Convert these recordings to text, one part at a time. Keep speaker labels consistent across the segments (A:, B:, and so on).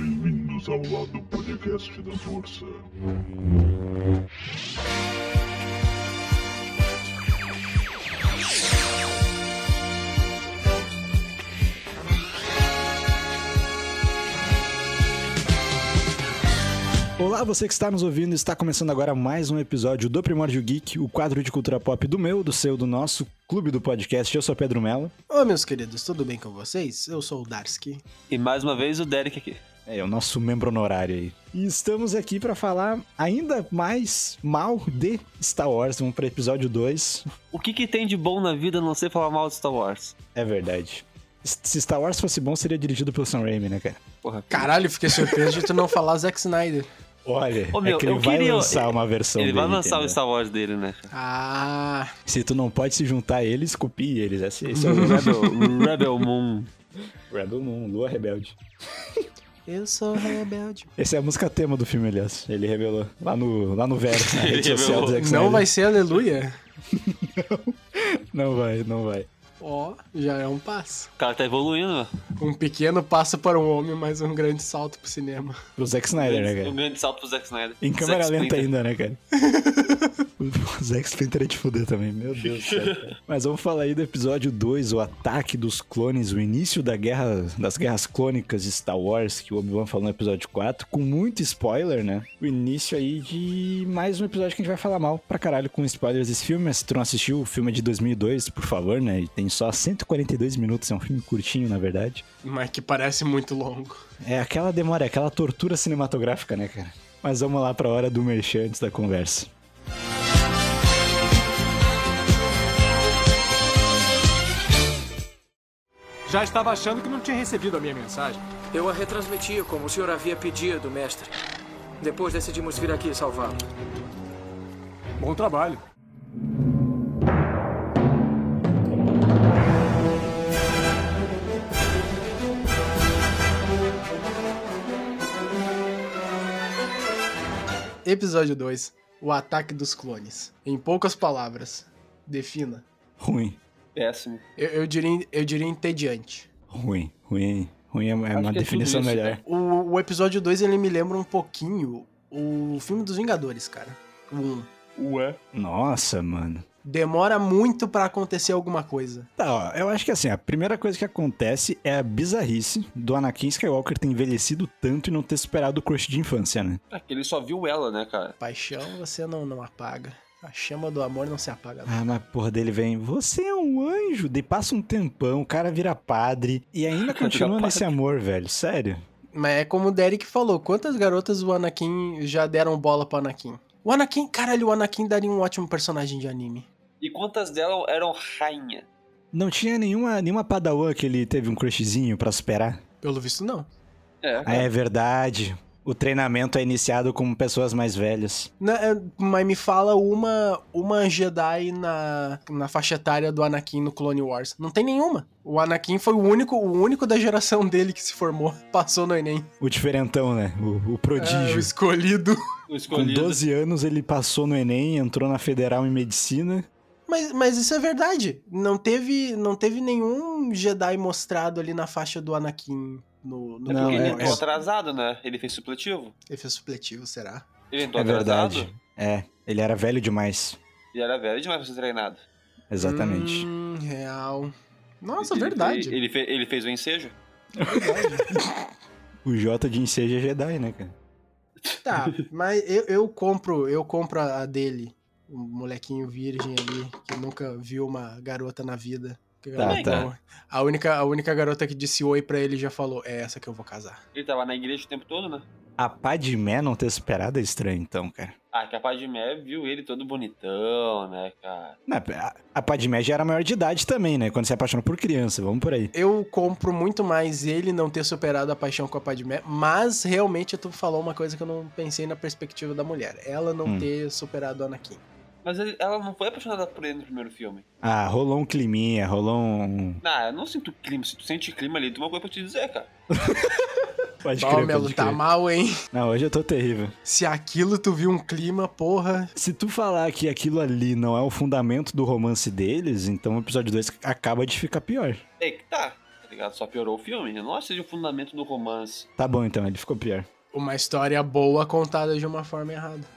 A: bem-vindos ao lado podcast da força.
B: Olá, você que está nos ouvindo, está começando agora mais um episódio do Primórdio Geek, o quadro de cultura pop do meu, do seu, do nosso clube do podcast. Eu sou Pedro Mello.
C: Ô, meus queridos, tudo bem com vocês? Eu sou o Darski.
D: E mais uma vez o Derek aqui.
B: É, o nosso membro honorário aí. E estamos aqui para falar ainda mais mal de Star Wars, vamos para episódio 2.
D: O que, que tem de bom na vida a não ser falar mal de Star Wars?
B: É verdade. Se Star Wars fosse bom, seria dirigido pelo Sam Raimi, né, cara?
D: Porra.
C: Caralho, fiquei surpreso de tu não falar Zack Snyder.
B: Olha,
D: Ô, meu,
B: é que ele
D: eu
B: vai
D: queria-
B: lançar uma versão
D: Ele vai
B: dele,
D: lançar o
B: entendeu?
D: Star Wars dele, né?
C: Ah,
B: Se tu não pode se juntar a eles, copie eles. Esse, esse é o
D: Rebel, Rebel Moon.
B: Rebel Moon, Lua Rebelde.
C: eu sou rebelde.
B: Essa é a música tema do filme, aliás. Ele revelou. Lá no, lá no Vero, na rede
D: Ele
B: social do
D: revelou.
B: Zack Snyder.
C: Não vai ser aleluia?
B: Não vai, não vai.
C: Ó, já é um passo.
D: O cara tá evoluindo, né?
C: Um pequeno passo para um homem, mas um grande salto pro cinema.
B: Pro Zack Snyder, né,
D: Um
B: cara?
D: grande salto pro Zack Snyder.
B: Em câmera
D: Zack
B: lenta
D: Splinter.
B: ainda, né, cara? o Zack Splinter é de fuder também, meu Deus do céu. cara. Mas vamos falar aí do episódio 2, o ataque dos clones, o início da guerra, das guerras clônicas de Star Wars, que o Obi-Wan falou no episódio 4, com muito spoiler, né? O início aí de mais um episódio que a gente vai falar mal pra caralho com spoilers desse filme, mas se tu não assistiu, o filme é de 2002, por favor, né? E tem só 142 minutos, é um filme curtinho, na verdade.
C: Mas que parece muito longo.
B: É aquela demora, é aquela tortura cinematográfica, né, cara? Mas vamos lá pra hora do merchan antes da conversa.
E: Já estava achando que não tinha recebido a minha mensagem.
F: Eu a retransmiti como o senhor havia pedido, mestre. Depois decidimos vir aqui salvá-lo.
E: Bom trabalho.
C: Episódio 2: O ataque dos clones. Em poucas palavras, defina.
B: Ruim,
D: Péssimo.
C: Eu, eu diria, eu diria entediante.
B: ruim, ruim. Ruim é, é uma
D: que é
B: definição
D: tudo isso,
B: melhor.
C: O, o episódio 2 ele me lembra um pouquinho o filme dos Vingadores, cara. O 1.
D: Ué.
B: Nossa, mano.
C: Demora muito pra acontecer alguma coisa.
B: Tá, ó, eu acho que assim, a primeira coisa que acontece é a bizarrice do Anakin Skywalker ter envelhecido tanto e não ter superado o crush de infância, né?
D: É, Ele só viu ela, né, cara?
C: Paixão você não, não apaga. A chama do amor não se apaga. não.
B: Ah, mas porra dele vem, você é um anjo, daí passa um tempão, o cara vira padre e ainda continua nesse amor, velho, sério.
C: Mas é como o Derek falou, quantas garotas o Anakin já deram bola pro Anakin? O Anakin, caralho, o Anakin daria um ótimo personagem de anime.
D: E quantas delas eram rainha?
B: Não tinha nenhuma, nenhuma padawan que ele teve um crushzinho pra superar?
C: Pelo visto, não.
D: É,
B: Ah, é verdade. O treinamento é iniciado com pessoas mais velhas.
C: Na- é, mas me fala uma, uma Jedi na, na faixa etária do Anakin no Clone Wars. Não tem nenhuma. O Anakin foi o único, o único da geração dele que se formou. Passou no Enem.
B: O diferentão, né? O, o
C: Ah, o
B: prodígio.
C: escolhido.
D: o
B: com
D: escolhido.
B: 12 anos ele passou no Enem, entrou na Federal em Medicina.
C: Mas, mas isso é verdade. Não teve, não teve nenhum Jedi mostrado ali na faixa do Anakin no, no
D: É porque
B: Não,
D: ele
B: é-
D: entrou
B: é-
D: atrasado, né? Ele fez supletivo.
C: Ele fez supletivo, será?
D: Ele entrou
B: é
D: atrasado.
B: verdade. É, ele era velho demais.
D: E era velho demais pra ser treinado.
B: Exatamente.
C: Hum, real. Nossa,
D: Ele-
C: verdade.
D: Ele, ele, fe- ele fez o ensejo.
B: O J de Enseja é Jedi, né, cara?
C: Tá, mas eu, eu compro, eu compro a dele. Um molequinho virgem ali, que nunca viu uma garota na vida. Que
B: Tá,
C: garota
B: tá.
C: boa. A única, a única garota que disse oi pra ele já falou, é essa que eu vou casar.
D: Ele tava na igreja o tempo todo, né?
B: A Padmé não ter superado é estranho, então, cara.
D: Ah, que a Padmé viu ele todo bonitão, né, cara?
B: Não, a- a Padmé já era maior de idade também, né? Quando se apaixonou por criança, vamos por aí.
C: Eu compro muito mais ele não ter superado a paixão com a Padmé, mas realmente tu falou uma coisa que eu não pensei na perspectiva da mulher. Ela não
B: Hum.
C: ter superado a Anakin.
D: Mas ele- ela não foi apaixonada por ele no primeiro filme.
B: Ah, rolou um climinha, rolou um...
D: Ah, eu não sinto clima. Se tu sente clima ali, tem uma coisa pra te dizer, cara.
B: Pode
C: Ó, Melo,
B: pode
C: tá mal, hein?
B: Não, hoje eu tô terrível.
C: Se aquilo tu viu um clima, porra.
B: Se tu falar que aquilo ali não é o fundamento do romance deles, então o episódio 2 acaba de ficar pior.
D: É que tá, tá ligado? Só piorou o filme. Eu não acho que seja o fundamento do romance.
B: Tá bom então, ele ficou pior.
C: Uma história boa contada de uma forma errada.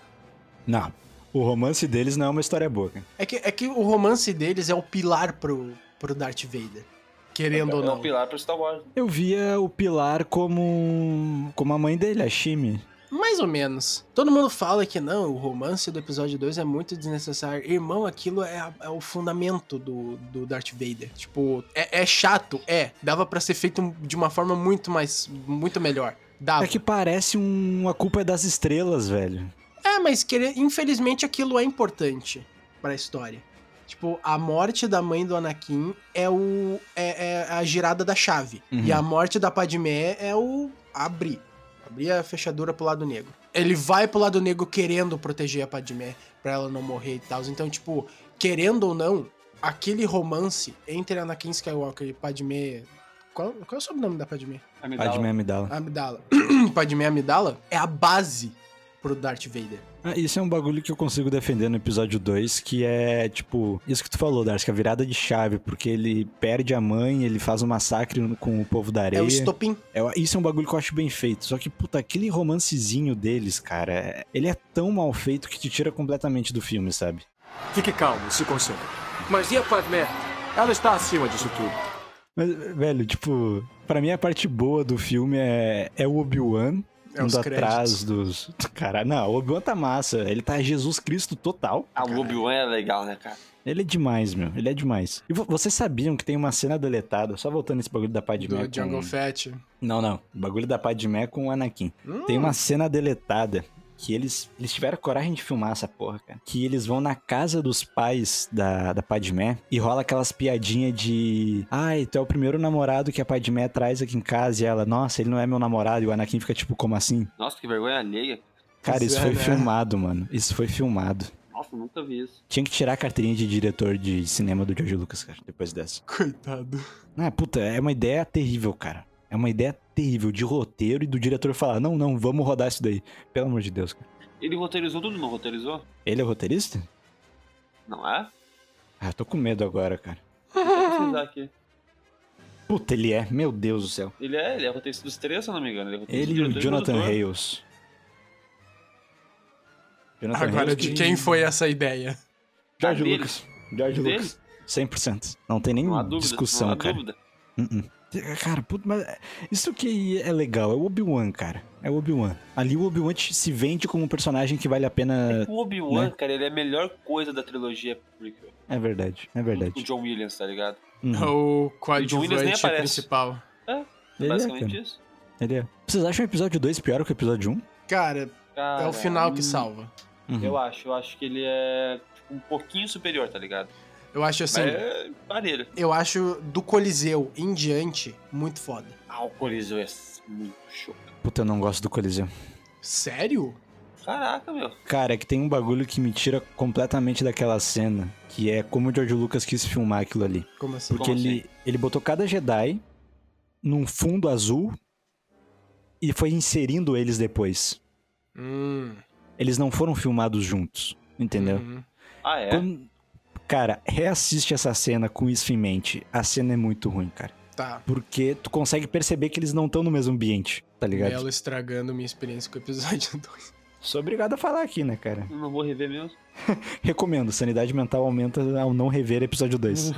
B: Não, o romance deles não é uma história boa, cara.
C: É que, é que o romance deles é o pilar pro, pro Darth Vader. Querendo ou
D: É um
C: não.
D: pilar pro Star Wars.
B: Eu via o Pilar como um, como a mãe dele, a Shimi.
C: Mais ou menos. Todo mundo fala que não, o romance do episódio 2 é muito desnecessário. Irmão, aquilo é, a- é o fundamento do, do Darth Vader. Tipo, é, é chato, é. Dava pra ser feito de uma forma muito mais. muito melhor. Dava.
B: É que parece um A Culpa é das Estrelas, velho.
C: É, mas querer- infelizmente aquilo é importante pra história. Tipo, a morte da mãe do Anakin é o é, é a girada da chave.
B: Uhum.
C: E a morte da Padmé é o abrir. Abrir a fechadura pro lado negro. Ele vai pro lado negro querendo proteger a Padmé pra ela não morrer e tal. Então, tipo, querendo ou não, aquele romance entre Anakin Skywalker e Padmé... Qual, qual é o sobrenome da Padmé?
D: Amidala.
B: Padme Amidala.
C: Amidala. Padmé Amidala é a base pro Darth Vader.
B: Ah, isso é um bagulho que eu consigo defender no episódio 2, que é, tipo, isso que tu falou, Darcy, a virada de chave, porque ele perde a mãe, ele faz um massacre no- com o povo da areia.
C: É o estopim.
B: É, isso é um bagulho que eu acho bem feito. Só que, puta, aquele romancezinho deles, cara, é- ele é tão mal feito que te tira completamente do filme, sabe?
E: Fique calmo e se concentre.
F: Mas e a Padmé?
E: Ela está acima disso tudo.
B: Mas, velho, tipo, pra mim a parte boa do filme é, é o Obi-Wan.
C: É os
B: indo
C: créditos.
B: atrás dos. Cara, não, o Obi-Wan tá massa. Ele tá Jesus Cristo total.
D: Ah, o Obi-Wan é legal, né, cara?
B: Ele é demais, meu. Ele é demais. E vo- vocês sabiam que tem uma cena deletada, só voltando nesse bagulho da Padmé
C: Do
B: com...
C: Jungle Fett.
B: Não, não. O bagulho da Padmé com o Anakin.
C: Hum.
B: Tem uma cena deletada que eles, eles tiveram coragem de filmar essa porra, cara. Que eles vão na casa dos pais da, da Padmé e rola aquelas piadinhas de... Ai, tu é o primeiro namorado que a Padmé traz aqui em casa. E ela, nossa, ele não é meu namorado. E o Anakin fica tipo, como assim?
D: Nossa, que vergonha alheia.
B: Cara,
C: Pois
B: isso
C: é,
B: foi
C: né?
B: filmado, mano. Isso foi filmado.
D: Nossa, nunca vi isso.
B: Tinha que tirar a carteirinha de diretor de cinema do George Lucas, cara, depois dessa.
C: Coitado.
B: Ah, puta, é uma ideia terrível, cara. É uma ideia terrível de roteiro e do diretor falar: não, não, vamos rodar isso daí. Pelo amor de Deus, cara.
D: Ele roteirizou tudo, não roteirizou?
B: Ele é roteirista?
D: Não é?
B: Ah, tô com medo agora, cara.
D: Deixa eu pesquisar aqui.
B: Puta, ele é, meu Deus do céu.
D: Ele é, ele é roteirista dos três, se eu não me engano. Ele, é roteirista,
B: Ele e o
D: diretor e
B: Jonathan
D: produtor.
B: Hales. Jonathan
C: Agora,
B: Hales
C: de
B: que-
C: quem foi essa ideia?
B: George
D: Ah, dele.
B: Lucas. George
D: Dele?
B: Lucas. 100%. Não tem nem
D: Não há dúvida.
B: discussão,
D: não há
B: cara.
D: dúvida.
B: Uh-uh. Cara, puto, mas isso que é legal, é o Obi-Wan, cara. É o Obi-Wan. Ali o Obi-Wan te- se vende como um personagem que vale a pena.
D: O Obi-Wan,
B: né?
D: cara, ele é a melhor coisa da trilogia prequel.
B: É verdade, é
D: Junto com O
B: verdade.
D: John Williams, tá ligado?
B: Uhum.
C: O
D: John Williams nem
C: coadjuvante
D: aparece.
C: principal.
B: Ele é,
D: Basicamente
B: cara.
D: isso.
B: Ele é. Vocês acham o episódio 2 pior que o episódio 1?
C: Cara,
D: Cara,
C: é o final que
D: hum,
C: salva.
B: Uhum.
D: Eu acho, eu acho que ele é tipo, um pouquinho superior, tá ligado?
C: Eu acho assim,
D: Mas é parelho.
C: eu acho do Coliseu em diante muito foda.
D: Ah, o Coliseu é muito show.
B: Puta, eu não gosto do Coliseu.
C: Sério?
D: Caraca, meu.
B: Cara, é que tem um bagulho que me tira completamente daquela cena, que é como o George Lucas quis filmar aquilo ali.
C: Como assim?
B: Porque
D: Como
B: ele, ele botou cada Jedi num fundo azul e foi inserindo eles depois.
C: Hum,
B: eles não foram filmados juntos, entendeu?
C: uhum.
D: Ah, é?
B: Quando- Cara, reassiste essa cena com isso em mente. A cena é muito ruim, cara.
C: Tá.
B: Porque tu consegue perceber que eles não estão no mesmo ambiente, tá ligado?
C: Melo estragando minha experiência com o episódio 2.
B: Sou obrigado a falar aqui, né, cara?
D: Eu Não vou rever mesmo.
B: Recomendo, sanidade mental aumenta ao não rever episódio 2.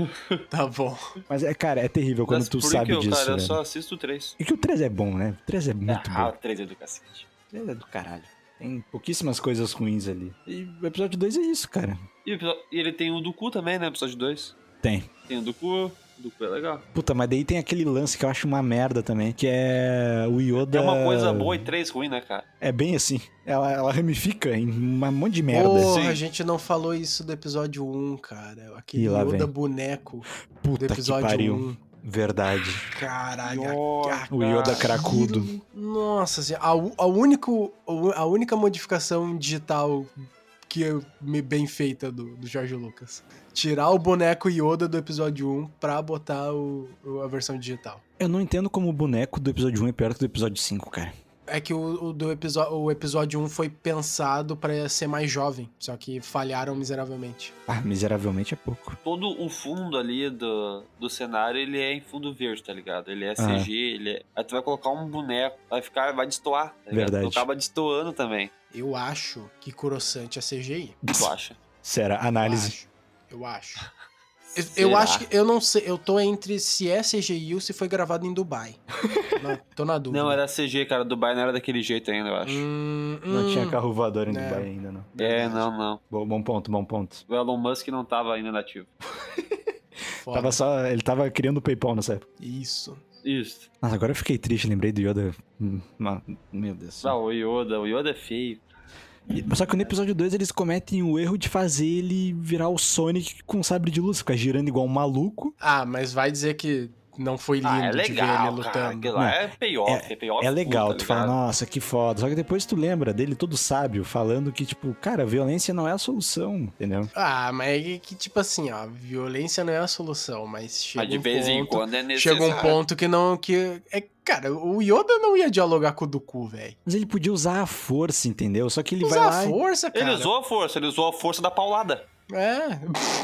C: Tá bom.
B: Mas, é, cara, é terrível quando
D: Mas
B: tu
D: por
B: sabe
D: que eu,
B: disso,
D: cara, eu
B: velho.
D: só assisto o 3.
B: E que o 3 é bom, né? O 3 é muito
D: ah,
B: bom.
D: o 3 é do cacete.
B: O 3 é do caralho. Tem pouquíssimas coisas ruins ali. E o episódio 2 é isso, cara.
D: E, o episódio- e ele tem o do cu também, né? Episódio 2.
B: Tem.
D: Tem o do cu. O do cu é legal.
B: Puta, mas daí tem aquele lance que eu acho uma merda também, que é o Yoda...
D: É uma coisa boa e três ruim, né, cara?
B: É bem assim. Ela, ela ramifica em um monte de merda.
C: Porra,
D: Sim.
C: a gente não falou isso do episódio 1, cara. Aquele
B: Ih, lá
C: Yoda
B: vem.
C: boneco do
B: Puta que
C: episódio
B: pariu.
C: 1.
B: Verdade.
C: Caralho,
D: Nossa.
B: O
C: Ah,
B: Yoda cracudo.
C: Aquilo- Nossa, assim, a, u- a, único, a única modificação digital que eu- me bem feita do, do Jorge Lucas. Tirar o boneco Yoda do episódio 1 pra botar o, o- a versão digital.
B: um Eu não entendo como o boneco do episódio 1 é pior que o do episódio 5, cara.
C: É que o, o do episo- o episódio 1 foi pensado pra ser mais jovem, só que falharam miseravelmente.
B: Ah, miseravelmente é pouco.
D: Todo o fundo ali do, do cenário, ele é em fundo verde, tá ligado? Ele é CG, ele é... Aí tu vai colocar um boneco, vai ficar, vai destoar, tá ligado?
B: Verdade.
D: Tu acaba destoando também,
C: Eu acho que Kurosan é CGI.
D: tu acha?
B: Será? Análise.
C: Eu acho. Eu, eu acho que. Eu não sei. Eu tô entre se é CGI ou se foi gravado em Dubai. Na- tô na dúvida.
D: Não, era CG, cara, Dubai não era daquele jeito ainda, eu acho.
C: né? Hum,
B: Não
C: hum,
B: tinha carro voador em
C: é.
B: Dubai ainda, não.
D: é,
C: verdade.
D: não, não.
B: Bom, bom ponto, bom ponto.
D: O Elon Musk não tava ainda nativo.
C: Foda.
B: Tava só, ele tava criando o PayPal nessa época.
C: Isso.
D: Isso.
B: Nossa, agora eu fiquei triste, lembrei do Yoda. Hum, ma- Meu Deus.
D: Ah, o Yoda, o Yoda é feio.
B: E- Só que no episódio 2 eles cometem o erro de fazer ele virar o Sonic com sabre de luz, ficar girando igual um maluco.
C: Ah, mas vai dizer que não foi lindo
D: Ah, é
C: de ver ele
D: legal, cara.
C: lutando.
D: Aquilo lá é payoff, é, payoff.
B: É legal,
D: full, tá
B: tu fala,
D: ligado?
B: nossa, que foda. Só que depois tu lembra dele todo sábio, falando que, tipo, cara, violência não é a solução, entendeu?
C: Ah, mas é que tipo assim, ó, violência não é a solução, mas chega
D: Mas de
C: um
D: vez
C: ponto,
D: em quando é necessário.
C: chega um ponto que não que é cara, o Yoda não ia dialogar com o Dooku, velho.
B: Mas ele podia usar a força, entendeu? Só que ele vai
C: Usar
B: lá.
C: a
B: e-
C: força, cara.
D: Ele usou a força, ele usou a força da paulada.
C: É.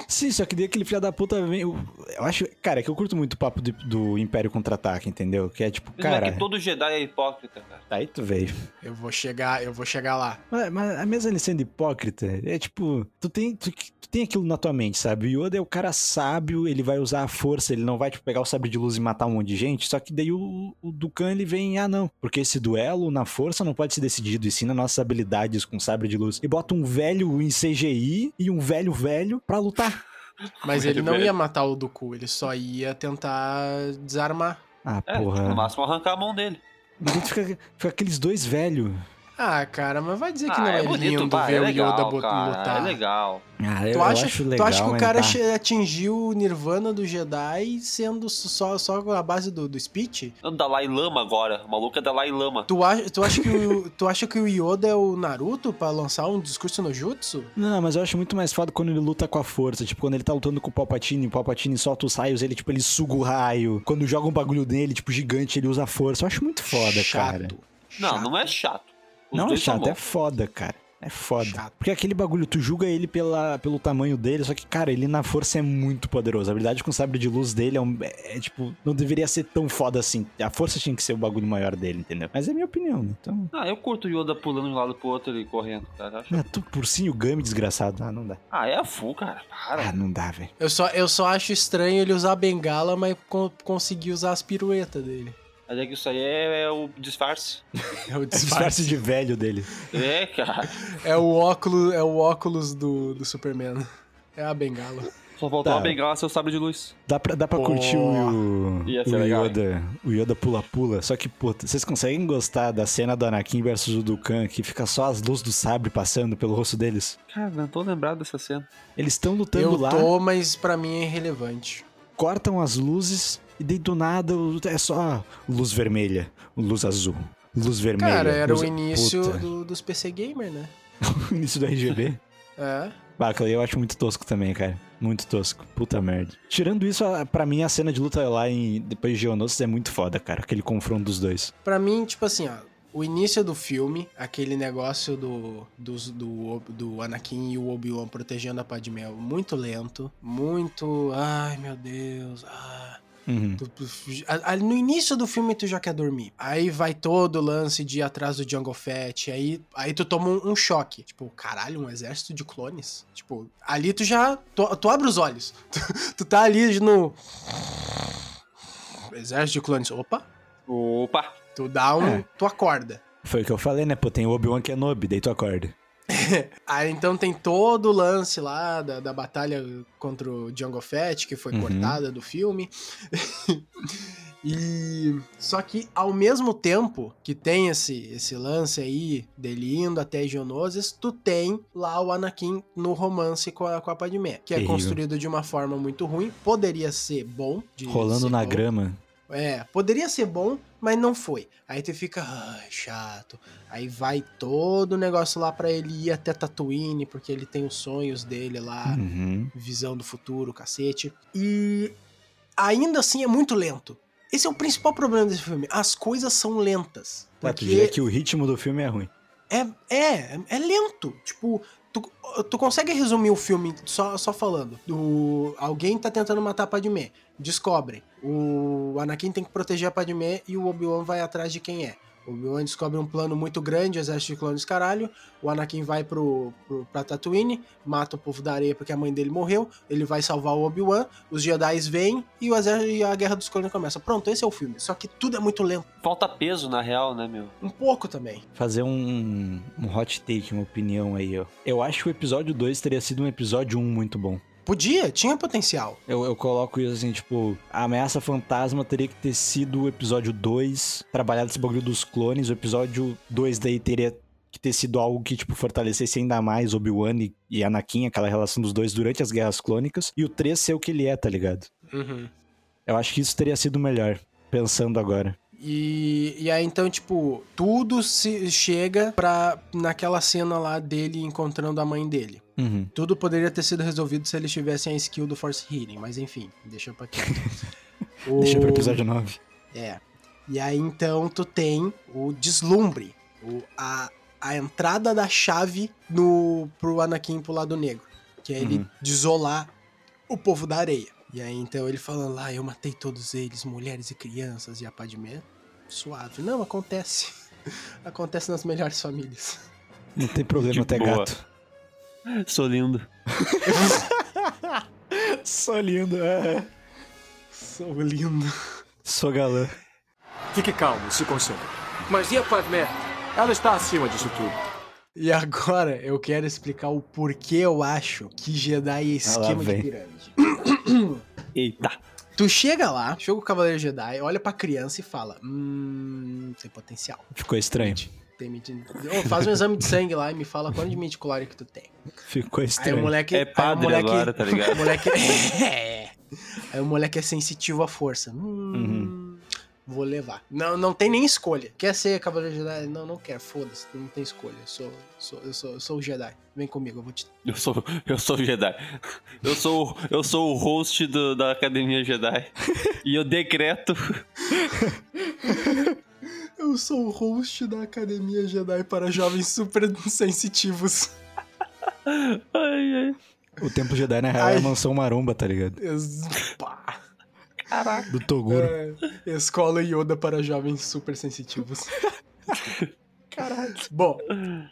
B: Sim, só que daí aquele filho da puta vem. Eu, eu acho. Cara, é que eu curto muito o papo de- do Império Contra-Ataque, entendeu? Que é tipo,
D: Mas não é
B: cara.
D: que todo Jedi é hipócrita, cara.
B: Tá aí tu veio.
C: Eu vou chegar, eu vou chegar lá.
B: Mas, mas a mesma ele sendo hipócrita, é tipo, tu tem, tu, tu tem aquilo na tua mente, sabe? O Yoda é o cara sábio, ele vai usar a força, ele não vai tipo, pegar o sabre de luz e matar um monte de gente, só que daí o, o Dukan ele vem, ah não, porque esse duelo na força não pode ser decidido, e sim nas nossas habilidades com sabre de luz. E bota um velho em CGI e um velho velho pra lutar.
C: Mas
D: Muito
C: ele não
D: bem.
C: ia matar o Dooku, ele só ia tentar desarmar.
B: Ah,
D: É, no
B: porra.
D: máximo arrancar a mão dele.
B: Mas aí tu fica, fica aqueles dois velhos.
C: Ah, cara, mas vai dizer que
D: Ah,
C: não é, lindo
D: pá,
C: ver
D: é
C: o Yoda
D: legal,
C: bot-
D: cara,
C: lutar.
D: É legal.
B: Ah, eu,
C: Tu
B: eu
C: acha,
B: acho
C: tu
B: legal.
C: acha que o
B: mas
C: cara
B: tá.
C: che- atingiu o Nirvana do Jedi sendo só, só a base do, do speech?
D: O Dalai Lama agora, o maluco é Dalai Lama.
C: Tu, acha- tu, acha que o, tu acha que o Yoda é o Naruto pra lançar um discurso no Jutsu?
B: Não, não, mas eu acho muito mais foda quando ele luta com a força. Tipo, quando ele tá lutando com o Palpatine, o Palpatine solta os raios, ele, tipo, ele suga o raio. Quando joga um bagulho nele, tipo, gigante, ele usa a força. Eu acho muito foda, cara.
C: chato,
D: Não,
C: Chato.
D: não é chato. Os
B: Não é
D: dois são
B: chato, é
D: bons.
B: foda, cara. É foda.
C: Chato.
B: Porque aquele bagulho, tu julga ele pela, pelo tamanho dele, só que, cara, ele na força é muito poderoso. A habilidade com o sabre de luz dele é, um- é, é, tipo, não deveria ser tão foda assim. A força tinha que ser o bagulho maior dele, entendeu? Mas é minha opinião, né? Então.
D: Ah, eu curto o Yoda pulando de um lado pro outro e correndo, cara. Acho-
B: Ah, tu cursinho Gami, desgraçado. Ah, não dá.
D: Ah, é a full, cara.
B: Ah,
D: Para.
B: não dá, velho.
C: Eu só, eu só acho estranho ele usar a bengala, mas con- conseguir usar as piruetas dele.
D: Mas é que isso aí é, é o disfarce.
C: É o
B: É o disfarce de velho dele.
D: É, cara.
C: É o óculos, é o óculos do, do Superman. É a bengala.
D: Só faltou
B: Tá.
D: uma bengala seu sabre de luz.
B: Dá pra, dá pra
C: Pô.
B: curtir o, o
D: Ia ser legal,
B: Yoda. O Yoda pula-pula. Só que, pô, vocês conseguem gostar da cena do Anakin versus o Dukan, que fica só as luzes do sabre passando pelo rosto deles?
D: Cara, não tô lembrado dessa cena.
B: Eles estão lutando
C: Eu
B: lá,
C: tô, mas pra mim é irrelevante.
B: cortam as luzes e daí do nada o- é só luz vermelha, luz azul, luz vermelha.
C: Cara, era
B: luz-
C: o início
B: Puta,
C: do- dos PC Gamer, né?
B: o início do RGB.
C: É.
B: Bacala, eu acho muito tosco também, cara. Muito tosco. Puta merda. Tirando isso, a- pra mim a cena de luta lá em depois de Geonosis é muito foda, cara. Aquele confronto dos dois.
C: Pra mim, tipo assim, ó. O início do filme, aquele negócio do, dos- do, Ob- do Anakin e o Obi-Wan protegendo a Padmé, muito lento, muito. Ai, meu Deus. Ah.
B: Uhum.
C: Tu- tu- a- a- no início do filme tu já quer dormir. Aí vai todo o lance de ir atrás do Jungle Fett. Aí, aí tu toma um, um choque. Tipo, caralho, um exército de clones. Tipo, ali tu já. Tu, tu abre os olhos. Tu, tu tá ali no. Exército de clones. Opa!
D: Opa!
C: Tu dá um.
B: É.
C: Tu acorda.
B: Foi o que eu falei, né? Pô, tem o Obi-Wan Kenobi, daí tu acorda.
C: Aí então tem todo o lance lá da, da batalha contra o Django Fett, que foi
B: Uhum.
C: cortada do filme. e só que ao mesmo tempo que tem esse, esse lance aí dele indo até Geonosis, tu tem lá o Anakin no romance com a, com a Padmé, que é
B: Terrível.
C: construído de uma forma muito ruim, poderia ser bom de
B: Rolando
C: ser
B: na
C: bom.
B: grama.
C: É, poderia ser bom, mas não foi. Aí tu fica, ah, chato. Aí vai todo o negócio lá pra ele ir até Tatooine, porque ele tem os sonhos dele lá,
B: Uhum.
C: visão do futuro, cacete. E ainda assim é muito lento. Esse é o principal problema desse filme. As coisas são lentas.
B: Ué, Tá, tu diria que o ritmo do filme é ruim.
C: É, é, é lento. Tipo, tu, tu consegue resumir o filme só, só falando. O, alguém tá tentando matar a Padmé. Descobrem. O Anakin tem que proteger a Padmé e o Obi-Wan vai atrás de quem é. O Obi-Wan descobre um plano muito grande, exército de clones caralho. O Anakin vai pro, pro, pra Tatooine, mata o povo da areia porque a mãe dele morreu. Ele vai salvar o Obi-Wan. Os Jedi vêm e, o exército, e a guerra dos clones começa. Pronto, esse é o filme. Só que tudo é muito lento.
D: Falta peso, na real, né, meu?
C: Um pouco também.
B: Fazer um, um hot take, uma opinião aí, ó. Eu acho que o episódio 2 teria sido um episódio 1 muito bom.
C: Podia, tinha potencial.
B: Eu, eu coloco isso assim, tipo, a ameaça fantasma teria que ter sido o episódio 2, trabalhado esse bagulho dos clones, o episódio 2 daí teria que ter sido algo que, tipo, fortalecesse ainda mais Obi-Wan e, e Anakin, aquela relação dos dois durante as guerras clônicas, e o 3 ser o que ele é, tá ligado?
C: Uhum.
B: Eu acho que isso teria sido melhor, pensando agora.
C: E, e aí, então, tipo, tudo se chega pra, naquela cena lá dele encontrando a mãe dele.
B: Uhum.
C: Tudo poderia ter sido resolvido se eles tivessem a skill do Force Healing, mas enfim, deixa pra quieto. O-
B: Deixa pro episódio 9.
C: É. E aí então tu tem o deslumbre, o- a, a entrada da chave no, pro Anakin pro lado negro, que é ele
B: Uhum.
C: desolar o povo da areia. E aí então ele falando lá, eu matei todos eles, mulheres e crianças, e a Padmé, suave. Não, acontece. acontece nas melhores famílias.
B: Não tem problema
D: De
B: até
D: boa.
B: gato.
D: Sou lindo.
B: Sou lindo, é.
C: Sou lindo.
B: Sou galã.
E: Fique calmo, se concentre.
F: Mas e a Padmé?
E: Ela está acima disso tudo.
C: E agora eu quero explicar o porquê eu acho que Jedi é
B: Ah, lá
C: esquema de
B: vem.
C: pirâmide.
D: Eita.
C: Tu chega lá, chega o Cavaleiro Jedi, olha pra criança e fala: Hum, tem potencial.
B: Ficou estranho.
C: Tem medi- Ô, faz um exame de sangue lá e me fala quanto de meticulária que tu tem.
B: Ficou
C: Aí o
B: estranho.
C: moleque.
D: É padre
C: aí o moleque,
D: agora, tá ligado?
C: O moleque. é. Aí o moleque é sensitivo à força. Hum. Vou levar. Não, não tem nem escolha. Quer ser Cavaleiro Jedi? Não, não quero. Foda-se. Não tem escolha. Eu sou, sou, eu sou, eu sou o Jedi. Vem comigo, eu vou te
D: Eu sou, eu sou o Jedi. Eu sou, eu sou o host do- da Academia Jedi. E eu decreto.
C: Eu sou o host da Academia Jedi para jovens super sensitivos.
D: Ai, ai.
B: O Templo Jedi, na real, é
C: Ai.
B: a mansão maromba, tá ligado?
C: Es- pá.
B: Do Toguro.
C: É, escola Yoda para jovens super sensitivos. Caralho. Bom,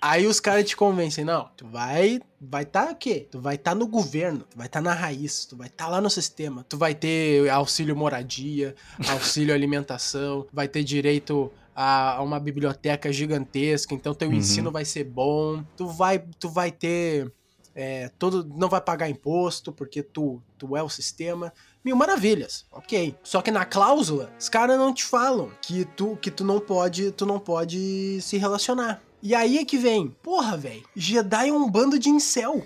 C: aí os caras te convencem, não, tu vai vai tá o quê? Tu vai tá no governo, tu vai tá na raiz, tu vai tá lá no sistema, tu vai ter auxílio moradia, auxílio alimentação, vai ter direito a a uma biblioteca gigantesca, então teu
B: Uhum.
C: ensino vai ser bom, tu vai tu vai ter é, todo não vai pagar imposto porque tu tu é o sistema, Mil maravilhas, ok. Só que na cláusula, os caras não te falam que tu, que tu não pode, tu não pode se relacionar. E aí é que vem, porra, velho, Jedi é um bando de incel.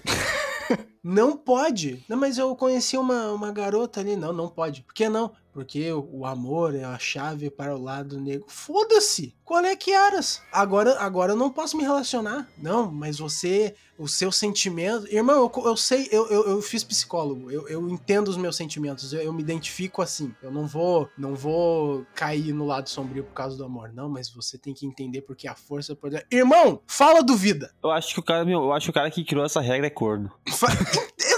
C: não pode. Não, mas eu conheci uma, uma garota ali. Não, não pode. Por que não? Porque o, o amor é a chave para o lado negro. Foda-se! Qual é que eras? Agora, agora eu não posso me relacionar. Não, mas você o seu sentimento. Irmão, eu, co- eu sei, eu, eu, eu fiz psicólogo, eu, eu entendo os meus sentimentos, eu, eu me identifico assim. Eu não vou não vou cair no lado sombrio por causa do amor, não, mas você tem que entender porque a força pode. Irmão, fala do vida!
D: Eu acho que o cara, meu, eu acho que o cara que criou essa regra é corno.
C: Fa-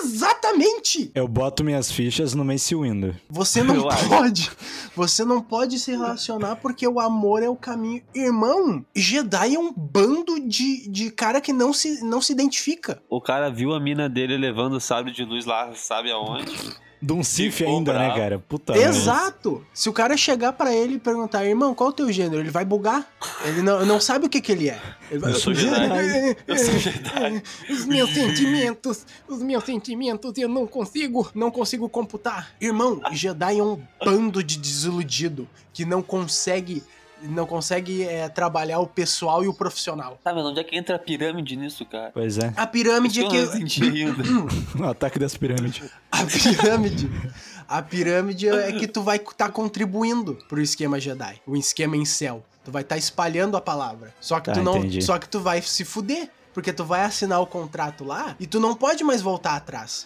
C: Exatamente!
B: Eu boto minhas fichas no Mace Windu.
C: Você não
D: Eu acho.
C: pode. Você não pode se relacionar porque o amor é o caminho. Irmão, Jedi é um bando de, de cara que não se, não se identifica.
D: O cara viu a mina dele levando o sábio de luz lá, sabe aonde?
B: De um Sif
D: Ficou
B: ainda, né,
D: bravo.
B: cara? Puta merda.
C: Exato! Se o cara chegar pra ele e perguntar, irmão, qual o teu gênero? Ele vai bugar. Ele não, não sabe o que, que ele é. Ele vai,
D: Eu sou Jedi. Eu sou Jedi.
C: Os meus sentimentos, os meus sentimentos, eu não consigo, não consigo computar. Irmão, Jedi é um bando de desiludido que não consegue, não consegue eh, trabalhar o pessoal e o profissional.
D: Tá, mas onde é que entra a pirâmide nisso, cara?
B: Pois é,
C: A pirâmide é
D: Eu não
C: que
D: entendi ainda.
B: o ataque das pirâmides.
C: A pirâmide. A pirâmide é que tu vai estar contribuindo pro esquema Jedi, o esquema em céu. Tu vai estar espalhando a palavra. Só que
B: Tá,
C: tu não,
B: entendi.
C: só que tu vai se fuder, porque tu vai assinar o contrato lá e tu não pode mais voltar atrás.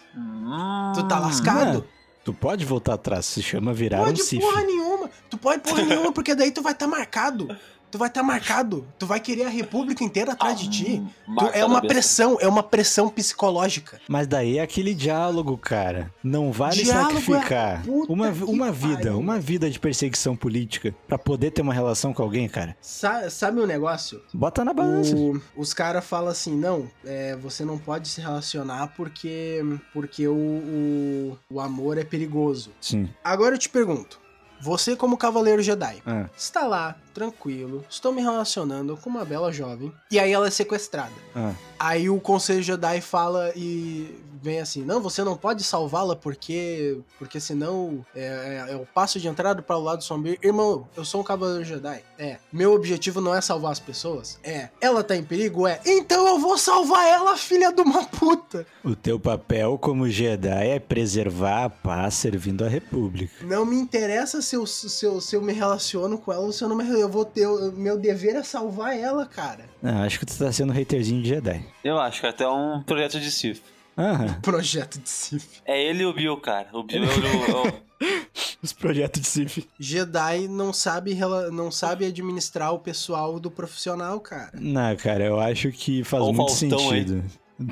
C: Tu tá lascado.
B: Ah.
D: Hum.
B: Tu pode voltar atrás, se chama virar um
C: pode
B: Sif.
C: porra nenhuma. nenhuma. Tu pode porra nenhuma, porque daí tu vai estar marcado. Tu vai estar marcado. Tu vai querer a república inteira atrás
D: Hum.
C: de ti.
D: Ah,
C: Tu- é uma pressão, é uma pressão psicológica.
B: Mas daí é aquele diálogo, cara. Não vale
C: Diálogo é-
B: sacrificar
C: Puta
B: uma,
C: que
B: uma vida,
C: pariu.
B: uma vida de perseguição política pra poder ter uma relação com alguém, cara.
C: Sa- sabe um negócio?
B: Bota na balança.
C: O- os caras falam assim, não, é, você não pode se relacionar porque, porque o, o, o amor é perigoso.
B: Sim.
C: Agora eu te pergunto, você como cavaleiro Jedi,
B: Ah,
C: está lá, tranquilo, estou me relacionando com uma bela jovem, e aí ela é sequestrada.
B: ah.
C: Aí o Conselho Jedi fala e vem assim, não, você não pode salvá-la porque porque senão é, é- é o passo de entrada para o lado sombrio. Irmão, eu sou um Cavaleiro Jedi. É. Meu objetivo não é salvar as pessoas. É. Ela tá em perigo? É. Então eu vou salvar ela, filha de uma puta.
B: O teu papel como Jedi é preservar a paz servindo a República.
C: Não me interessa se eu, se eu, se eu me relaciono com ela ou se eu não me eu vou ter eu- meu dever é salvar ela, cara.
B: Ah, acho que tu tá sendo haterzinho de Jedi.
D: Eu acho que é até um projeto de Sif.
B: Aham.
C: Projeto de Sif.
D: É ele e o Bill, cara. O Bill é o- é o-
B: Os projetos de Sif.
C: Jedi não sabe rela- não sabe administrar o pessoal do profissional, cara.
B: Não, cara, eu acho que faz
D: Ó o
B: muito
D: Faustão aí.
B: sentido.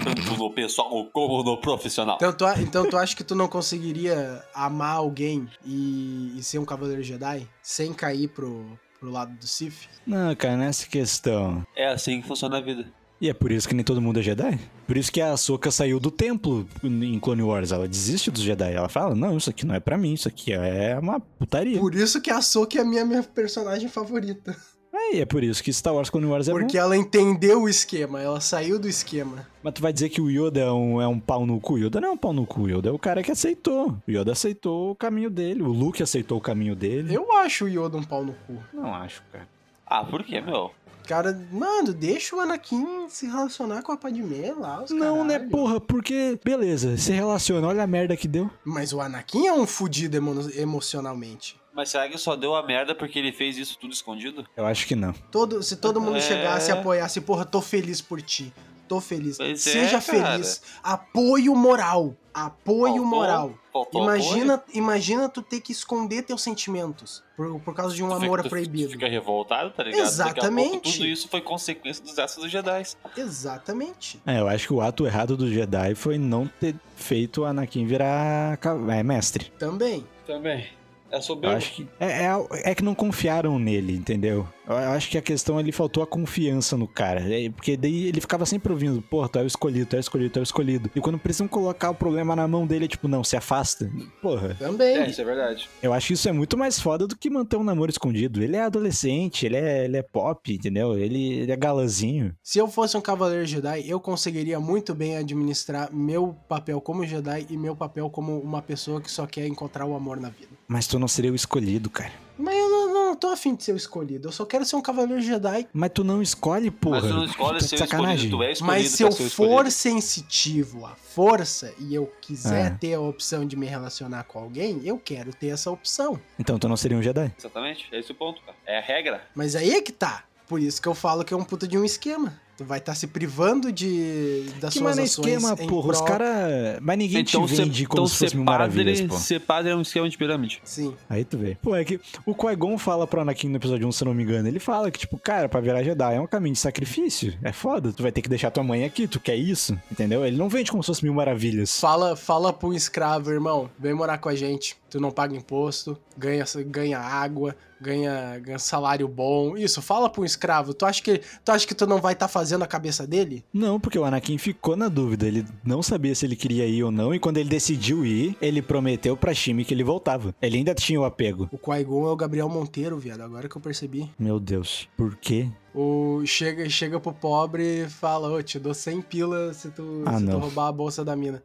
D: tanto no é pessoal como no profissional.
C: Então tu, a- então tu acha que tu não conseguiria amar alguém e, e ser um Cavaleiro Jedi sem cair pro, pro lado do Sith?
B: Não, cara, nessa questão.
D: É assim que funciona a vida.
B: E é por isso que nem todo mundo é Jedi. Por isso que a Ahsoka saiu do templo em Clone Wars. Ela desiste dos Jedi. Ela fala, não, isso aqui não é pra mim. Isso aqui é uma putaria.
C: Por isso que a Soka é a minha, minha personagem favorita.
B: É, e é por isso que Star Wars Clone Wars é
C: Porque
B: bom.
C: ela entendeu o esquema, ela saiu do esquema.
B: Mas tu vai dizer que o Yoda é um, é um pau no cu. O Yoda não é um pau no cu. O Yoda é o cara que aceitou. O Yoda aceitou o caminho dele. O Luke aceitou o caminho dele.
C: Eu acho o Yoda um pau no cu.
B: não acho, cara.
D: Ah, por quê, meu?
C: Cara, mano, deixa o Anakin se relacionar com a Padmé lá, os
B: Não, né,
C: caralho.
B: porra? Porque, beleza, se relaciona. Olha a merda que deu.
C: Mas o Anakin é um fudido emo- emocionalmente.
D: Mas será que só deu a merda porque ele fez isso tudo escondido?
B: Eu acho que não.
C: Todo, se todo mundo
D: É.
C: chegasse e apoiasse, porra, tô feliz por ti. Tô feliz.
D: Pois é,
C: Seja
D: cara.
C: feliz. Apoio moral. Apoio
D: Faltou-
C: moral.
D: faltou
C: Imagina, imagina tu ter que esconder teus sentimentos por, por causa de um
D: apoio. Tu
C: amor
D: fica- tu
C: proibido.
D: Fica revoltado, tá ligado? Daqui a pouco
C: Exatamente.
D: tudo isso foi consequência dos astros dos Jedi.
C: Exatamente.
B: É, eu acho que o ato errado do Jedi foi não ter feito o Anakin virar ca- é, mestre.
C: Também.
D: Também. É
B: Eu
D: soberbo.
B: acho que. É, é, é que não confiaram nele, entendeu? Eu, eu acho que a questão ele faltou a confiança no cara. É, porque daí ele ficava sempre ouvindo, pô, tu é o escolhido, tu é o escolhido, tu é o escolhido. E quando precisam colocar o problema na mão dele, é tipo, não, se afasta. Porra,
D: É,
C: Também.
D: isso é verdade.
B: eu acho que isso é muito mais foda do que manter um namoro escondido. Ele é adolescente, ele é, ele é pop, entendeu? Ele, ele é galazinho.
C: Se eu fosse um cavaleiro Jedi, eu conseguiria muito bem administrar meu papel como Jedi e meu papel como uma pessoa que só quer encontrar o amor na vida.
B: Mas tu não seria o escolhido, cara.
C: Mas eu não, não tô afim de ser o escolhido. Eu só quero ser um cavaleiro Jedi.
B: Mas tu não escolhe, porra.
D: Mas tu não
B: Tá
D: escolhe
B: de
D: ser o
B: sacanagem.
D: escolhido, tu é escolhido
C: Mas se
D: pra
C: eu
D: ser o
C: for
D: escolhido.
C: sensitivo à força e eu quiser
B: É.
C: ter a opção de me relacionar com alguém, eu quero ter essa opção.
B: Então tu não seria um Jedi.
D: Exatamente, é esse o ponto, cara. É a regra.
C: Mas aí é que tá. Por isso que eu falo que é um puta de um esquema. Tu vai estar se privando de das
B: Que
C: suas
B: mano é
C: ações
B: esquema,
C: em
B: porra. Os
C: pró-
B: caras. Mas ninguém te vende
D: ser-
B: como
D: então
B: se fosse
D: ser
B: mil maravilhas,
D: padre-
B: pô.
D: Ser padre é um esquema de pirâmide.
C: Sim.
B: Aí tu vê. Pô, é que o Qui-Gon fala pro Anakin no episódio 1, se eu não me engano. Ele fala que, tipo, cara, pra virar Jedi é um caminho de sacrifício. É foda. Tu vai ter que deixar tua mãe aqui. Tu quer isso? Entendeu? Ele não vende como se fosse mil maravilhas.
C: Fala, fala pro escravo, irmão, vem morar com a gente. Tu não paga imposto, ganha, ganha água, ganha, ganha salário bom. Isso, fala pro escravo. Tu acha que tu acha que tu não vai estar fazendo a cabeça dele?
B: Não, porque o Anakin ficou na dúvida. Ele não sabia se ele queria ir ou não. E quando ele decidiu ir, ele prometeu pra Shmi que ele voltava. Ele ainda tinha o apego.
C: O Qui-Gon é o Gabriel Monteiro, viado, agora que eu percebi.
B: Meu Deus. Por quê?
C: O chega, chega pro pobre e fala, ô, te dou 100 pila se tu,
B: Ah,
C: se tu
B: não.
C: roubar a bolsa da mina.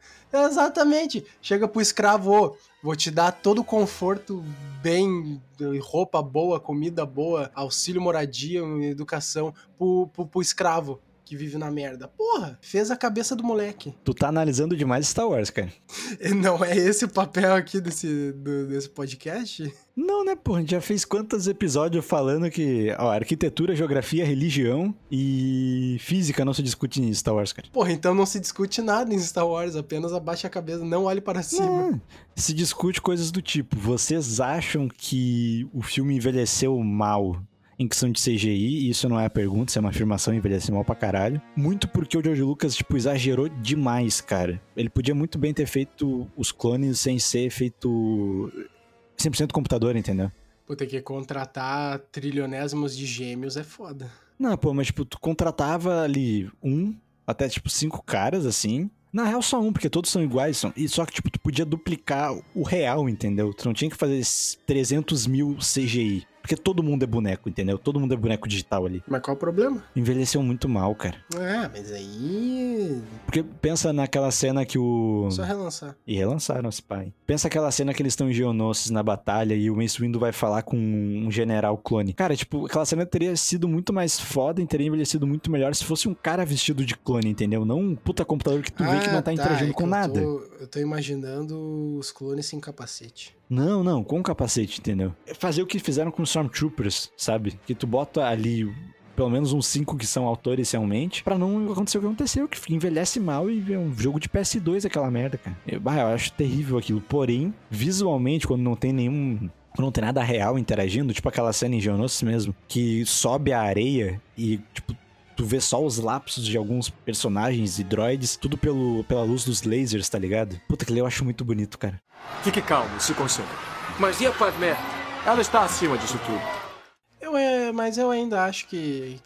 C: Exatamente. Chega pro escravo, ô, vou te dar todo o conforto bem, roupa boa, comida boa, auxílio, moradia, educação, pro, pro, pro escravo. que vive na merda. Porra, fez a cabeça do moleque.
B: Tu tá analisando demais Star Wars, cara.
C: Não é esse o papel aqui desse, do- desse podcast?
B: Não, né, pô? A gente já fez quantos episódios falando que, ó, arquitetura, geografia, religião e física não se discute tá, em Star Wars, cara.
C: Porra, então não se discute nada em Star Wars, apenas abaixa a cabeça, não olhe para cima.
B: Não, É. se discute coisas do tipo. Vocês acham que o filme envelheceu mal em questão de CGI? Isso não é a pergunta, isso é uma afirmação, envelheceu mal pra caralho. Muito porque o George Lucas, tipo, exagerou demais, cara. Ele podia muito bem ter feito os clones sem ser feito 100% computador, entendeu?
C: Pô, ter é que contratar trilionésimos de gêmeos é foda.
B: Não, pô, mas tipo, tu contratava ali um, até tipo cinco caras, assim. Na real, só um, porque todos são iguais. São... E só que, tipo, tu podia duplicar o real, entendeu? Tu não tinha que fazer esses 300 mil CGI. Porque todo mundo é boneco, entendeu? Todo mundo é boneco digital ali.
C: Mas qual o problema?
B: Envelheceu muito mal, cara.
C: Ah, mas aí.
B: Porque pensa naquela cena que o.
C: Só relançar.
B: E relançaram esse pai. Pensa aquela cena que eles estão em Geonosis na batalha e o Mace Windu vai falar com um general clone. Cara, tipo, aquela cena teria sido muito mais foda e teria envelhecido muito melhor se fosse um cara vestido de clone, entendeu? Não um puta computador que tu vê que não tá, interagindo
C: é
B: com
C: que eu
B: nada.
C: tô- eu tô imaginando os clones sem capacete.
B: Não, não, com capacete, entendeu? É Fazer o que fizeram com os Stormtroopers, sabe? Que tu bota ali pelo menos uns cinco que são autores realmente, pra não acontecer o que aconteceu, que envelhece mal e é um jogo de PS2 aquela merda, cara. Eu, bah, eu acho terrível aquilo. Porém, visualmente, quando não tem nenhum... Quando não tem nada real interagindo, tipo aquela cena em Geonosis mesmo, que sobe a areia e, tipo, tu vê só os lapsos de alguns personagens e droids, tudo pelo, pela luz dos lasers, tá ligado? Puta, que eu acho muito bonito, cara.
E: Fique calmo, se concentre.
F: Mas e a Padmé?
E: Ela está acima disso tudo.
C: Eu é, mas eu ainda acho que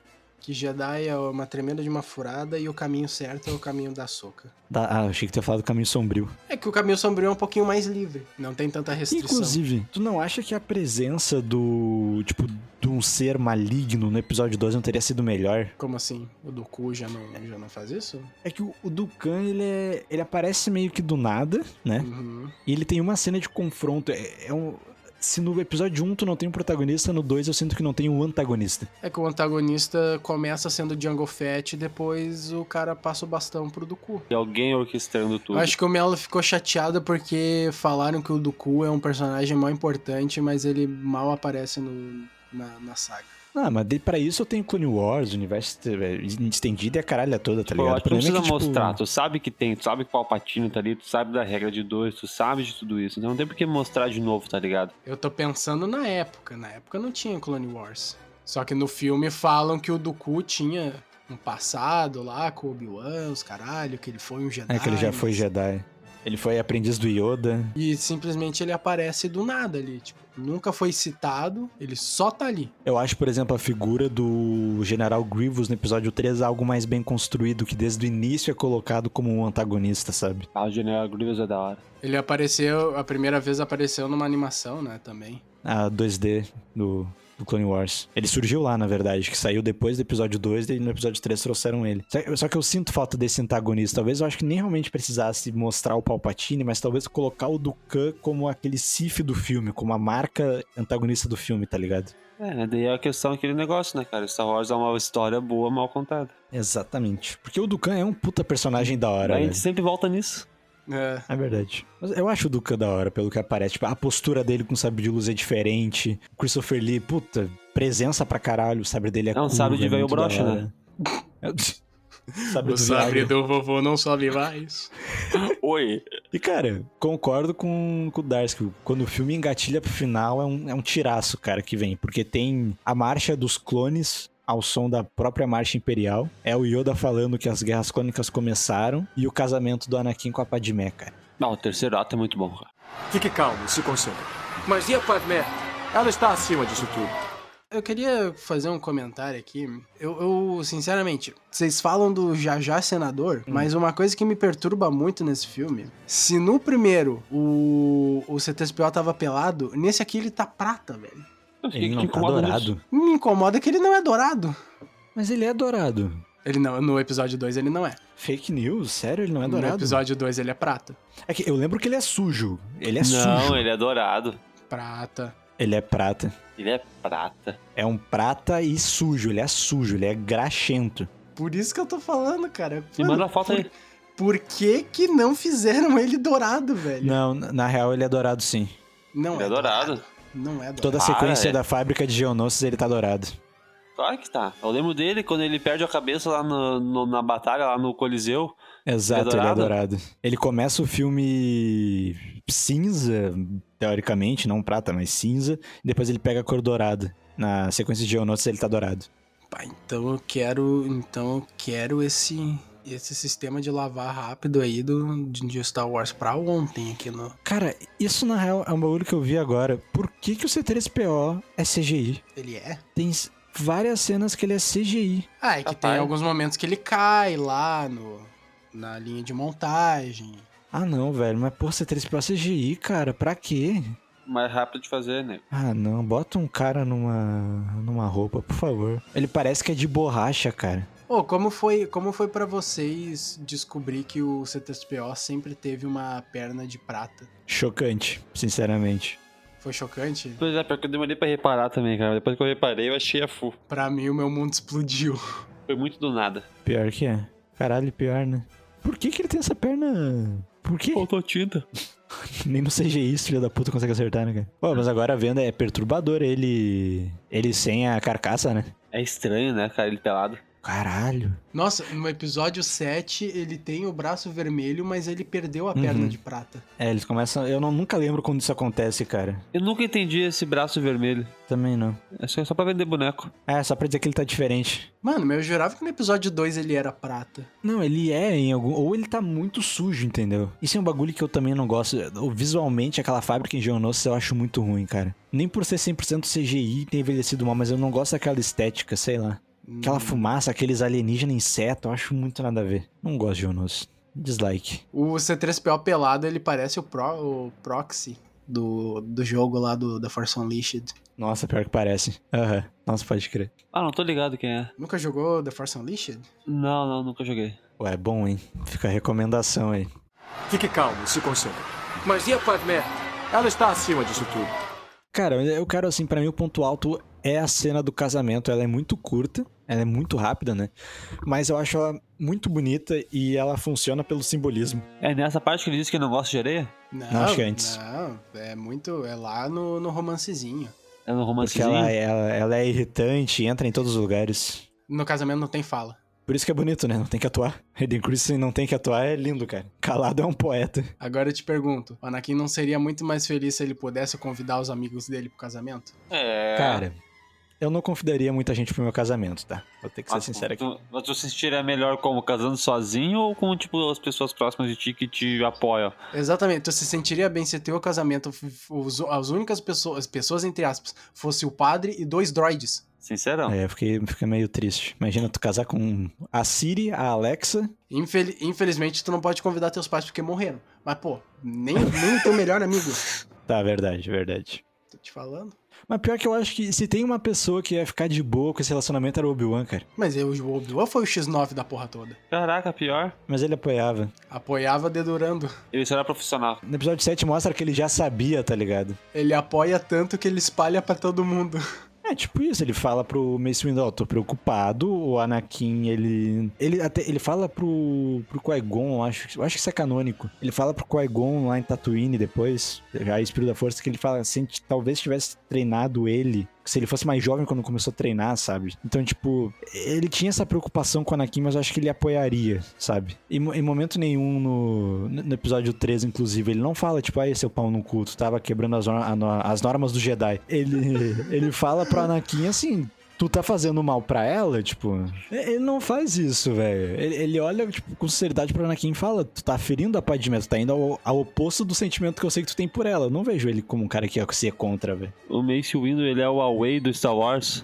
C: que Jedi é uma tremenda de uma furada e o caminho certo é o caminho da soca.
B: Da- ah, achei que tu ia falar do caminho sombrio.
C: É que o caminho sombrio é um pouquinho mais livre, não tem tanta restrição.
B: Inclusive, tu não acha que a presença do. Tipo, de um ser maligno no episódio 2 não teria sido melhor?
C: Como assim? O Doku já não, já não faz isso?
B: É que o, o Dukan, ele é. Ele aparece meio que do nada, né?
C: Uhum.
B: E ele tem uma cena de confronto. É, é um. Se no episódio 1 tu não tem um protagonista, no 2 eu sinto que não tem um antagonista.
C: É que o antagonista começa sendo Django Fett e depois o cara passa o bastão pro Doku.
D: E alguém orquestrando tudo.
C: Acho que o Melo ficou chateado porque falaram que o Doku é um personagem mal importante, mas ele mal aparece no, na, na saga.
B: Ah, mas de- pra isso eu tenho Clone Wars, universo é, estendido e a caralha toda, tá
D: Pô, eu
B: ligado?
D: acho que Tipo, não precisa mostrar. Tu sabe que tem, tu sabe que o Palpatine tá ali, tu sabe da regra de dois, tu sabe de tudo isso. Então não tem por que mostrar de novo, tá ligado?
C: Eu tô pensando na época. Na época não tinha Clone Wars. Só que no filme falam que o Dooku tinha um passado lá com o Obi-Wan, os caralho, que ele foi um Jedi.
B: É que ele já foi
C: mas-
B: Jedi. Ele foi aprendiz do Yoda.
C: E simplesmente ele aparece do nada ali, tipo, nunca foi citado, ele só tá ali.
B: Eu acho, por exemplo, a figura do General Grievous no episódio 3 algo mais bem construído, que desde o início é colocado como um antagonista, sabe?
D: Ah, o General Grievous é da hora.
C: Ele apareceu, a primeira vez apareceu numa animação, né, também.
B: A 2D do, do Clone Wars. Ele surgiu lá, na verdade, que saiu depois do episódio 2 e no episódio 3 trouxeram ele. Só, só que eu sinto falta desse antagonista. Talvez eu acho que nem realmente precisasse mostrar o Palpatine, mas talvez colocar o Dukan como aquele Sif do filme, como a marca antagonista do filme, tá ligado?
D: É, né, daí é a questão aquele negócio, né, cara? Star Wars é uma história boa mal contada.
B: Exatamente. Porque o Dukan é um puta personagem da hora,
D: a
B: velho.
D: gente sempre volta nisso.
C: É,
B: É verdade. Mas eu acho o Duca da hora, pelo que aparece. Tipo, a postura dele com o sabre de luz é diferente. O Christopher Lee, puta, presença pra caralho. O sabre dele é
D: É um
B: curvo,
D: sabre de né?
B: é
D: veio
B: muito
D: broxa,
B: da hora. sabre
C: o
B: do
C: sabre
B: sabre
C: do vovô não sobe mais.
D: Oi.
B: E, cara, concordo com, com o Darsky. Quando o filme engatilha pro final, é um, é um tiraço, cara, que vem. Porque tem a marcha dos clones ao som da própria marcha imperial. É o Yoda falando que as guerras clônicas começaram. E o casamento do Anakin com a Padmé, cara.
D: Não, o terceiro ato é muito bom, cara.
E: Fique calmo, se concentre.
F: Mas e a Padmé?
E: Ela está acima disso tudo.
C: Eu queria fazer um comentário aqui. Eu, eu, sinceramente, vocês falam do Jajá Senador, mas uma coisa que me perturba muito nesse filme, se no primeiro o, o CTSPO tava pelado, nesse aqui ele tá prata, velho.
D: Que-
B: Ele
D: que
B: não tá
D: incomoda
B: dourado.
D: nisso?
C: Me incomoda que ele não é dourado.
B: Mas ele é dourado.
C: Ele não, no episódio 2 ele não é.
B: Fake news? Sério? Ele não é
C: no
B: dourado?
C: episódio 2 ele é prata.
B: É que eu lembro que ele é sujo. Ele é
D: Não,
B: sujo.
D: ele é dourado.
C: Prata.
B: Ele é prata.
D: Ele é prata.
B: É um prata e sujo. Ele é sujo. Ele é graxento.
C: Por isso que eu tô falando, cara.
D: Me
C: Mano,
D: manda a foto aí.
C: Por que que não fizeram ele dourado, velho?
B: Não, na na real ele é dourado sim.
C: Não
D: Ele é dourado.
C: Não é dourado.
B: Toda a
D: Ah,
B: sequência
D: é?
B: da fábrica de Geonosis ele tá dourado.
D: Claro que tá. Eu lembro dele quando ele perde a cabeça lá no- no- na batalha, lá no Coliseu.
B: Exato, ele é
D: dourado?
B: dourado. Ele começa o filme cinza, teoricamente, não prata, mas cinza. Depois ele pega a cor dourada. Na sequência de Geonosis ele tá dourado.
C: Pá, então eu quero, então eu quero esse esse sistema de lavar rápido aí do de de Star Wars pra ontem aqui no.
B: Cara, isso na real é um bagulho que eu vi agora. Por que, que o C3PO é CGI?
C: Ele é?
B: Tem s- várias cenas que ele é CGI.
C: Ah, é que tem
D: Rapaz.
C: alguns momentos que ele cai lá no na linha de montagem.
B: Ah não, velho, mas pô, C3PO é CGI, cara, pra quê?
D: Mais rápido de fazer, né?
B: Ah não, bota um cara numa, numa roupa, por favor. Ele parece que é de borracha, cara.
C: Ô, como foi, como foi para vocês descobrir que o C3PO sempre teve uma perna de prata?
B: Chocante, sinceramente.
C: Foi chocante?
D: Pois é, porque eu demorei pra reparar também, cara. Depois que eu reparei, eu achei a full.
C: Pra mim o meu mundo explodiu.
D: Foi muito do nada.
B: Pior que é. Caralho, pior, né? Por que que ele tem essa perna... Por quê?
D: Faltou tinta.
B: Nem no CGI esse filho da puta consegue acertar, né, cara? Pô, mas agora a venda é perturbador ele... Ele sem a carcaça, né?
D: É estranho, né, cara? Ele pelado.
B: Caralho.
C: Nossa, no episódio 7 ele tem o braço vermelho, mas ele perdeu a perna
B: Uhum.
C: de prata.
B: É, eles começam... Eu não, nunca lembro quando isso acontece, cara.
D: Eu nunca entendi esse braço vermelho.
B: Também não.
D: É só, é só pra vender boneco.
B: É, só pra dizer que ele tá diferente.
C: Mano, mas eu jurava que no episódio 2 ele era prata.
B: Não, ele é em algum. Ou ele tá muito sujo, entendeu? Isso é um bagulho que eu também não gosto. Eu- Visualmente, aquela fábrica em Geonosis eu acho muito ruim, cara. Nem por ser 100% CGI tem envelhecido mal, mas eu não gosto daquela estética, sei lá. Aquela fumaça, aqueles alienígenas inseto, eu acho muito nada a ver. Não gosto de Geonosis. Dislike.
C: O C3PO pelado, ele parece o, pro, o proxy do, do jogo lá do da Force Unleashed.
B: Nossa, pior que parece. Aham. Nossa, pode crer.
D: Ah, não tô ligado quem é.
C: Nunca jogou The Force Unleashed?
D: Não, não, nunca joguei.
B: Ué, é bom, hein? Fica a recomendação aí.
E: Fique calmo, se concentre.
F: Mas e a Padmé?
E: Ela está acima disso tudo.
B: Cara, eu quero assim, pra mim o ponto alto é a cena do casamento. Ela é muito curta, ela é muito rápida, né? Mas eu acho ela muito bonita e ela funciona pelo simbolismo.
D: É nessa parte que ele disse que não gosta de areia?
C: Não,
B: acho que antes.
C: Não, é muito. É lá no, no romancezinho.
D: É no
B: Porque
D: romancezinho?
B: ela, ela, ela é irritante, entra em todos os lugares.
C: No casamento não tem fala.
B: Por isso que é bonito, né? Não tem que atuar. Hayden Christensen não tem que atuar, é lindo, cara. Calado é um poeta.
C: Agora eu te pergunto: o Anakin não seria muito mais feliz se ele pudesse convidar os amigos dele pro casamento?
D: É.
B: Cara, eu não convidaria muita gente pro meu casamento, tá? Vou ter que ser sincero aqui.
D: Ah, tu, mas tu se sentiria melhor como? Casando sozinho ou com, tipo, as pessoas próximas de ti que te apoiam?
C: Exatamente, tu se sentiria bem se teu casamento, f- os, as únicas pessoas, pessoas entre aspas, fosse o padre e dois droids.
D: Sincerão.
B: É, eu fiquei, fiquei meio triste. Imagina tu casar com a Siri, a Alexa.
C: Infeli- infelizmente, tu não pode convidar teus pais porque morreram. Mas, pô, nem, nem teu melhor amigo.
B: Tá, verdade, verdade.
C: Tô te falando.
B: Mas pior que eu acho que se tem uma pessoa que ia ficar de boa com esse relacionamento era o Obi-Wan, cara.
C: Mas eu, o Obi-Wan foi o X9 da porra toda.
B: É.
D: Caraca, pior.
B: Mas ele apoiava.
C: Apoiava dedurando.
D: Ele será profissional.
B: No episódio 7 mostra que ele já sabia, tá ligado?
C: Ele apoia tanto que ele espalha pra todo mundo.
B: É, tipo isso, ele fala pro Mace Windu, ó, tô preocupado, o Anakin, ele... Ele até, ele fala pro, pro Qui-Gon, eu acho, que- eu acho que isso é canônico. Ele fala pro Qui-Gon lá em Tatooine depois, já Espírito da Força, que ele fala assim, que talvez tivesse treinado ele, se ele fosse mais jovem quando começou a treinar, sabe? Então, tipo, ele tinha essa preocupação com o Anakin, mas eu acho que ele apoiaria, sabe? Em, mo- em momento nenhum no, no episódio 13, inclusive, ele não fala, tipo, ah, seu pau no cu, tu tava quebrando as, nor- a no- as normas do Jedi. Ele, ele fala pro Anakin assim. Tu tá fazendo mal pra ela? Tipo, e- ele não faz isso, velho. Ele, ele olha, tipo, com sinceridade pro Anakin e fala: Tu tá ferindo a Padmé, tu tá indo ao, ao oposto do sentimento que eu sei que tu tem por ela. Eu não vejo ele como um cara que ia ser contra, velho.
D: O Mace Windu, ele é o Away do Star Wars.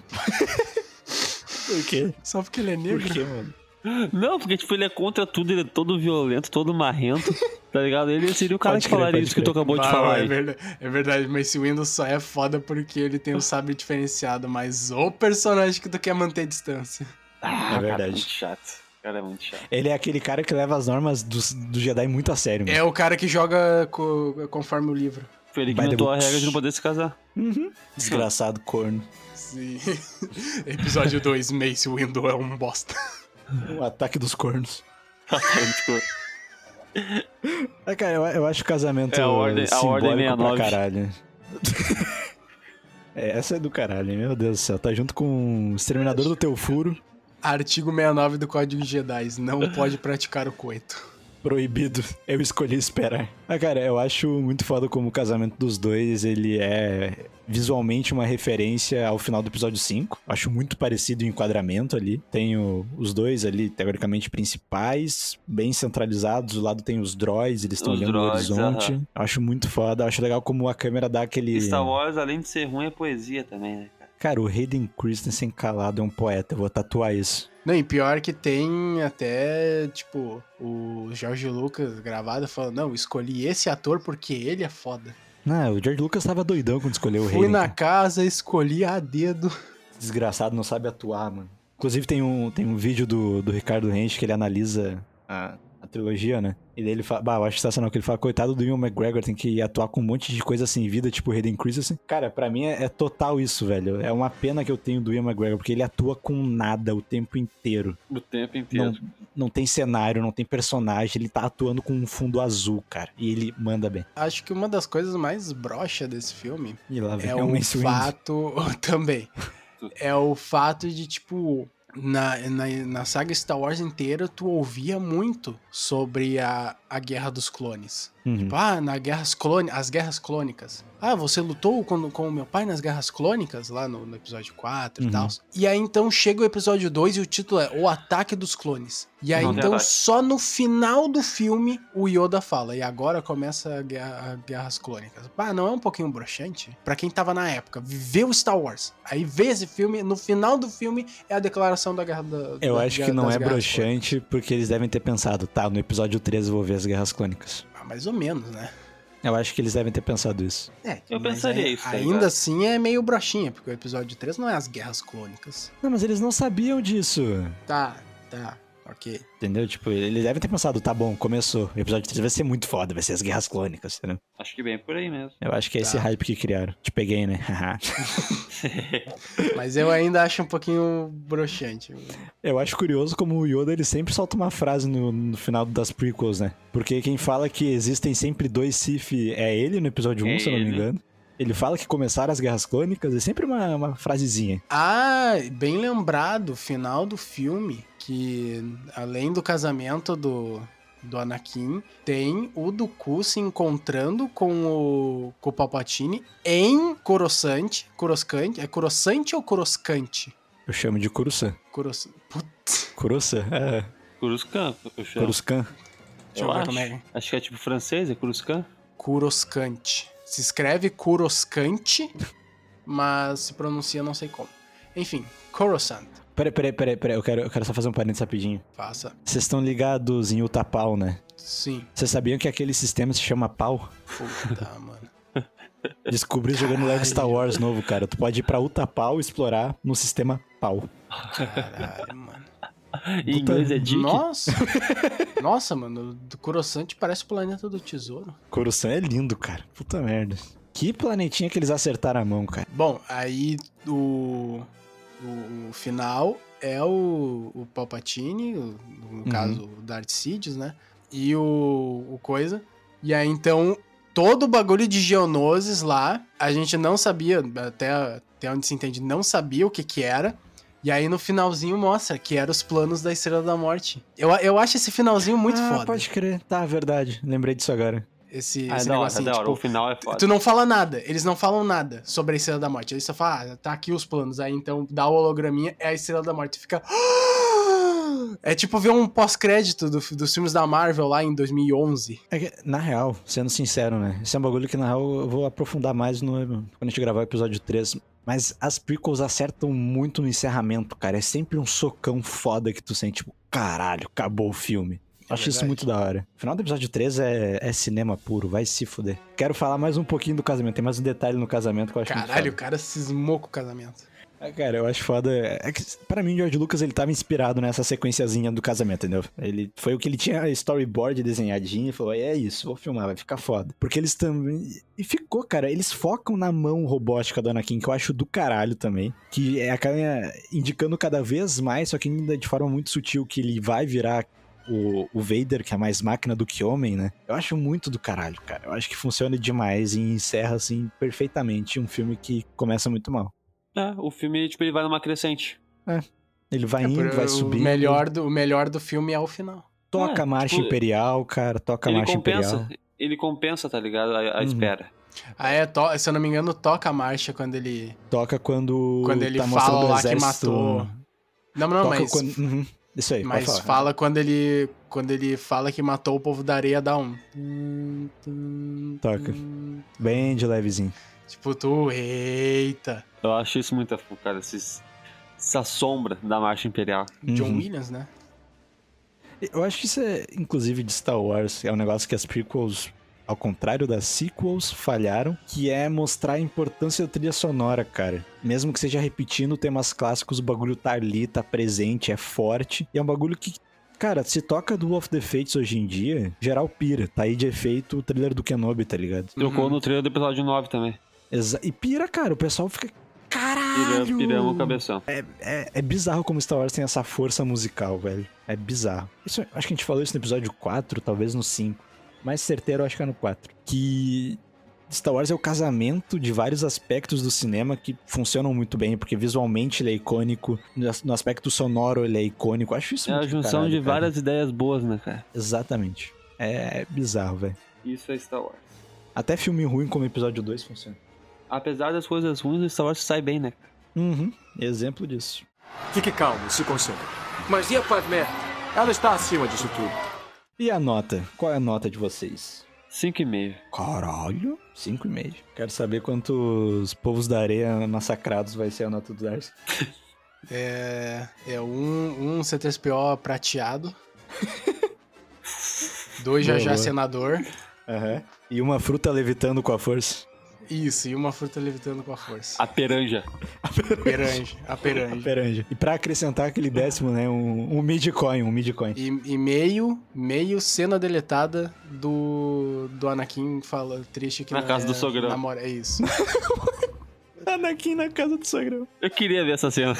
B: Por quê?
C: Só porque ele é
B: Por
C: negro.
B: quê, mano?
D: Não, porque, tipo, ele é contra tudo, ele é todo violento, todo marrento, tá ligado? Ele seria o cara
B: Pode
D: que
B: crer,
D: falaria
B: pode
D: isso que tu
B: crer.
D: acabou de
C: Ah,
D: falar
C: é,
D: aí.
C: verdade, é verdade, mas esse Windows só é foda porque ele tem um sabre diferenciado, mas o personagem que tu quer manter a distância.
D: Ah,
B: É
D: Cara, é
B: verdade.
D: muito chato. Cara, é muito chato.
B: Ele é aquele cara que leva as normas do, do Jedi muito a sério, mano.
C: É o cara que joga co- conforme o livro.
D: Foi ele que
B: By the
D: inventou a
B: books.
D: regra de não poder se casar.
B: Desgraçado corno.
C: Sim. Episódio 2, Mace Window é um bosta.
B: Um ataque dos cornos.
D: tipo,
B: Ah, cara, eu, eu acho o casamento
G: É a ordem- a
B: simbólico
G: ordem 69.
B: pra caralho. é, essa é do caralho, hein? meu Deus do céu. Tá junto com o Exterminador do Teu Furo,
C: Artigo 69 do Código de Jedi. Não pode praticar o coito.
B: proibido. Eu escolhi esperar. Ah, cara, eu acho muito foda como o casamento dos dois, ele é visualmente uma referência ao final do episódio 5. Acho muito parecido o enquadramento ali. Tem o- os dois ali, teoricamente, principais, bem centralizados. Do lado tem os droids, eles estão
D: Os
B: olhando
D: droids,
B: o horizonte.
D: aham.
B: Acho muito foda. Acho legal como a câmera dá aquele...
D: Star Wars, além de ser ruim, é poesia também, né, cara?
B: Cara, o Hayden Christensen calado é um poeta. Eu vou tatuar isso.
C: Não, e pior que tem até, tipo, o George Lucas gravado falando, não, escolhi esse ator porque ele é foda.
B: Não, o George Lucas tava doidão quando escolheu o
C: Fui
B: Hayden.
C: na casa, escolhi a dedo.
B: Desgraçado, não sabe atuar, mano. Inclusive tem um, tem um vídeo do, do Ricardo Rente que ele analisa a, a trilogia, né? E daí ele fala, bah, eu acho sensacional que ele fala, coitado do Ian McGregor, tem que atuar com um monte de coisa sem vida, tipo o Hayden Christensen. Cara, pra mim é, é total isso, velho. É uma pena que eu tenho do Ian McGregor, porque ele atua com nada o tempo inteiro.
G: O tempo inteiro.
B: Não tem cenário, não tem personagem, ele tá atuando com um fundo azul, cara. E ele manda bem.
C: Acho que uma das coisas mais broxa desse filme
B: E lá um vem
C: é
B: o
C: o
B: Mace Windu.
C: fato também. É o fato de, tipo, na, na, na saga Star Wars inteira, tu ouvia muito sobre a, a Guerra dos Clones.
B: Uhum.
C: Tipo, ah, na guerras clone, as Guerras Clônicas. Ah, você lutou com, com o meu pai nas Guerras Clônicas, lá no, no episódio 4
B: Uhum.
C: e tal. E aí, então, chega o episódio 2 e o título é O Ataque dos Clones. E aí,
D: Não tem
C: então,
D: ataque.
C: só no final do filme, o Yoda fala. E agora começa a guerra, a Guerras Clônicas. Pá, não é um pouquinho broxante? Pra quem tava na época, viveu Star Wars. Aí vê esse filme, no final do filme, é a declaração da guerra... Da,
B: Eu
C: da-
B: acho
C: da-
B: que não
C: das
B: é
C: Guerras Clônicas.
B: broxante, porque eles devem ter pensado, tá, no episódio 13 eu vou ver as Guerras Clônicas.
C: Ah, mais ou menos, né?
B: Eu acho que eles devem ter pensado isso.
C: É,
D: Eu
C: mas
D: pensaria
C: aí-
D: isso, tá
C: Ainda
D: ligado?
C: assim é meio broxinha, porque o episódio 3 não é as guerras clônicas.
B: Não, mas eles não sabiam disso.
C: Tá, tá, ok.
B: Entendeu? Tipo, eles devem ter pensado, tá bom, começou. O episódio 3 vai ser muito foda, vai ser as Guerras Clônicas, entendeu?
D: Acho que bem por aí mesmo.
B: Eu acho que é esse
C: Tá.
B: hype que criaram. Te peguei, né? Haha.
C: Mas eu ainda acho um pouquinho broxante.
B: Eu acho curioso como o Yoda ele sempre solta uma frase no, no final das prequels, né? Porque quem fala que existem sempre dois Sith é ele no episódio 1,
D: É
B: se eu não me
D: ele.
B: engano. Ele fala que começaram as Guerras Clônicas, é sempre uma, uma frasezinha.
C: Ah, bem lembrado, final do filme, que além do casamento do, do Anakin, tem o Dooku se encontrando com o, com o Palpatine em Coruscant. Coruscant? É Coruscant ou Coruscante?
B: Eu chamo de Kurusan.
C: Coruscant. Puta,
B: Kurusan? É.
D: Cruzcan, eu chamo.
B: Coruscant.
C: deixa eu,
D: Eu
C: ver
D: acho.
C: como é.
D: Acho que é tipo francês, é Cruzcan.
C: Kuroscante. Se escreve Kuroscante, mas se pronuncia não sei como. Enfim, Coruscant.
B: Peraí, peraí, peraí, peraí. Eu quero, eu quero só fazer um parênteses rapidinho.
C: Faça.
B: Vocês estão ligados em Utapau, né?
C: Sim.
B: Vocês sabiam que aquele sistema se chama pau?
C: Puta, mano.
B: Descobri jogando Lego Star Wars novo, cara. Tu pode ir pra Utapau e explorar no sistema pau.
C: Caralho, mano.
D: Em inglês é Dick.
C: Nossa. Nossa, mano. Do Coruscante parece o planeta do tesouro.
B: Coruscant é lindo, cara. Puta merda. Que planetinha que eles acertaram a mão, cara.
C: Bom, aí o, o, o final é o, o Palpatine, o- no
D: Uhum.
C: caso o Darth Sidious, né? E o, o coisa. E aí então todo o bagulho de Geonosis lá, a gente não sabia, até, até onde se entende, não sabia o que que era. E aí no finalzinho mostra que eram os planos da Estrela da Morte. Eu, eu acho esse finalzinho muito
B: ah,
C: foda.
B: pode crer. Tá, verdade. Lembrei disso agora.
C: Esse,
D: Ah, é
C: esse
D: da hora, é
C: negocinho,
D: da hora.
C: tipo,
D: o final é foda.
C: Tu não fala nada, eles não falam nada sobre a Estrela da Morte. Eles só falam, ah, tá aqui os planos. Aí então dá o holograminha, é a Estrela da Morte. Tu Fica. É tipo ver um pós-crédito do- dos filmes da Marvel lá em 2011.
B: É que, na real, sendo sincero, né? Esse é um bagulho que, na real, eu vou aprofundar mais no, quando a gente gravar o episódio 3. Mas as prequels acertam muito no encerramento, cara. É sempre um socão foda que tu sente, tipo, caralho, acabou o filme.
C: É
B: Acho isso
C: verdade.
B: muito da hora. O final do episódio 3 é, é cinema puro, vai se fuder. Quero falar mais um pouquinho do casamento. Tem mais um detalhe no casamento que eu acho muito
C: Caralho, o
B: foda.
C: cara cismou com o casamento.
B: Ah, Cara, eu acho foda. É que, pra mim, o George Lucas ele tava inspirado nessa sequenciazinha do casamento, entendeu? Ele foi o que ele tinha storyboard desenhadinho e falou: é isso, vou filmar, vai ficar foda. Porque eles também. E ficou, cara, eles focam na mão robótica do Anakin, que eu acho do caralho também. Que é acaba indicando cada vez mais, só que ainda de forma muito sutil, que ele vai virar o, o Vader, que é mais máquina do que homem, né? Eu acho muito do caralho, cara. Eu acho que funciona demais e encerra, assim, perfeitamente um filme que começa muito mal.
D: É, o filme, tipo, ele vai numa crescente.
B: Ele vai
C: É,
B: indo,
C: por-
B: vai né? subindo.
C: O melhor, do, o melhor do filme é o final.
B: Toca
D: É,
B: a marcha
D: tipo,
B: imperial, cara. Toca a
D: ele
B: marcha
D: compensa.
B: imperial.
D: Ele compensa, tá ligado? A, a
B: Uhum.
D: espera.
C: Ah, é, to- se eu não me engano, toca a marcha quando ele.
B: Toca quando.
C: Quando ele
B: tá
C: fala
B: mostrando o
C: lá que
B: exército.
C: matou. Não, não,
B: Toca
C: mas.
B: quando- uhum, Isso aí,
C: Mas
B: pode falar.
C: fala quando ele. Quando ele fala que matou o povo da areia, dá um.
B: Toca. Bem de levezinho.
C: Tipo, tu. Eita.
D: Eu acho isso muito afo, cara. Esses, essa sombra da marcha imperial.
C: John
B: Uhum.
C: Williams, né?
B: Eu acho que isso é, inclusive, de Star Wars. É um negócio que as prequels, ao contrário das sequels, falharam. Que é mostrar a importância da trilha sonora, cara. Mesmo que seja repetindo temas clássicos, o bagulho tá ali, tá presente, é forte. E é um bagulho que, cara, se toca do Wolf the Fates hoje em dia, geral pira. Tá aí de efeito o trailer do Kenobi, tá ligado?
D: Trocou no trailer do episódio 9 também.
B: Exa- e pira, cara. O pessoal fica... Caralho!
D: Piramos, piramos o cabeção.
B: É, é bizarro como Star Wars tem essa força musical, velho. É bizarro. Isso, acho que a gente falou isso no episódio 4, talvez no 5. Mais certeiro, eu acho que é no 4. Que Star Wars é o casamento de vários aspectos do cinema que funcionam muito bem, porque visualmente ele é icônico, no as- no aspecto sonoro ele é icônico. Acho isso
D: É a
B: muito do
D: junção
B: caralho,
D: de
B: cara.
D: várias ideias boas, né, cara?
B: Exatamente. É bizarro, velho.
D: Isso é Star Wars.
B: Até filme ruim como episódio 2 funciona.
D: Apesar das coisas ruins, o Star Wars sai bem, né?
B: Uhum. Exemplo disso.
E: Fique calmo, se concentre.
F: Mas e a Padmé?
E: Ela está acima disso tudo.
B: E a nota? Qual é a nota de vocês?
D: 5,5.
B: Caralho, 5 e meio. Quero saber quantos povos da areia massacrados vai ser a nota do Darcy.
C: É, é um, um C3PO prateado. Dois já
B: Boa,
C: já
B: boa.
C: senador.
B: Aham. E uma fruta levitando com a força.
C: Isso, e uma fruta levitando com a força.
D: A peranja.
C: Peranja, a peranja.
B: Peranja. E pra acrescentar aquele décimo, né, um, um midcoin, um midcoin.
C: E, e meio, meio cena deletada do, do Anakin fala triste que
D: Na
C: não
D: casa
C: é
D: do sogrão.
C: namora- é isso.
B: Anakin na casa do sogrão.
D: Eu queria ver essa cena.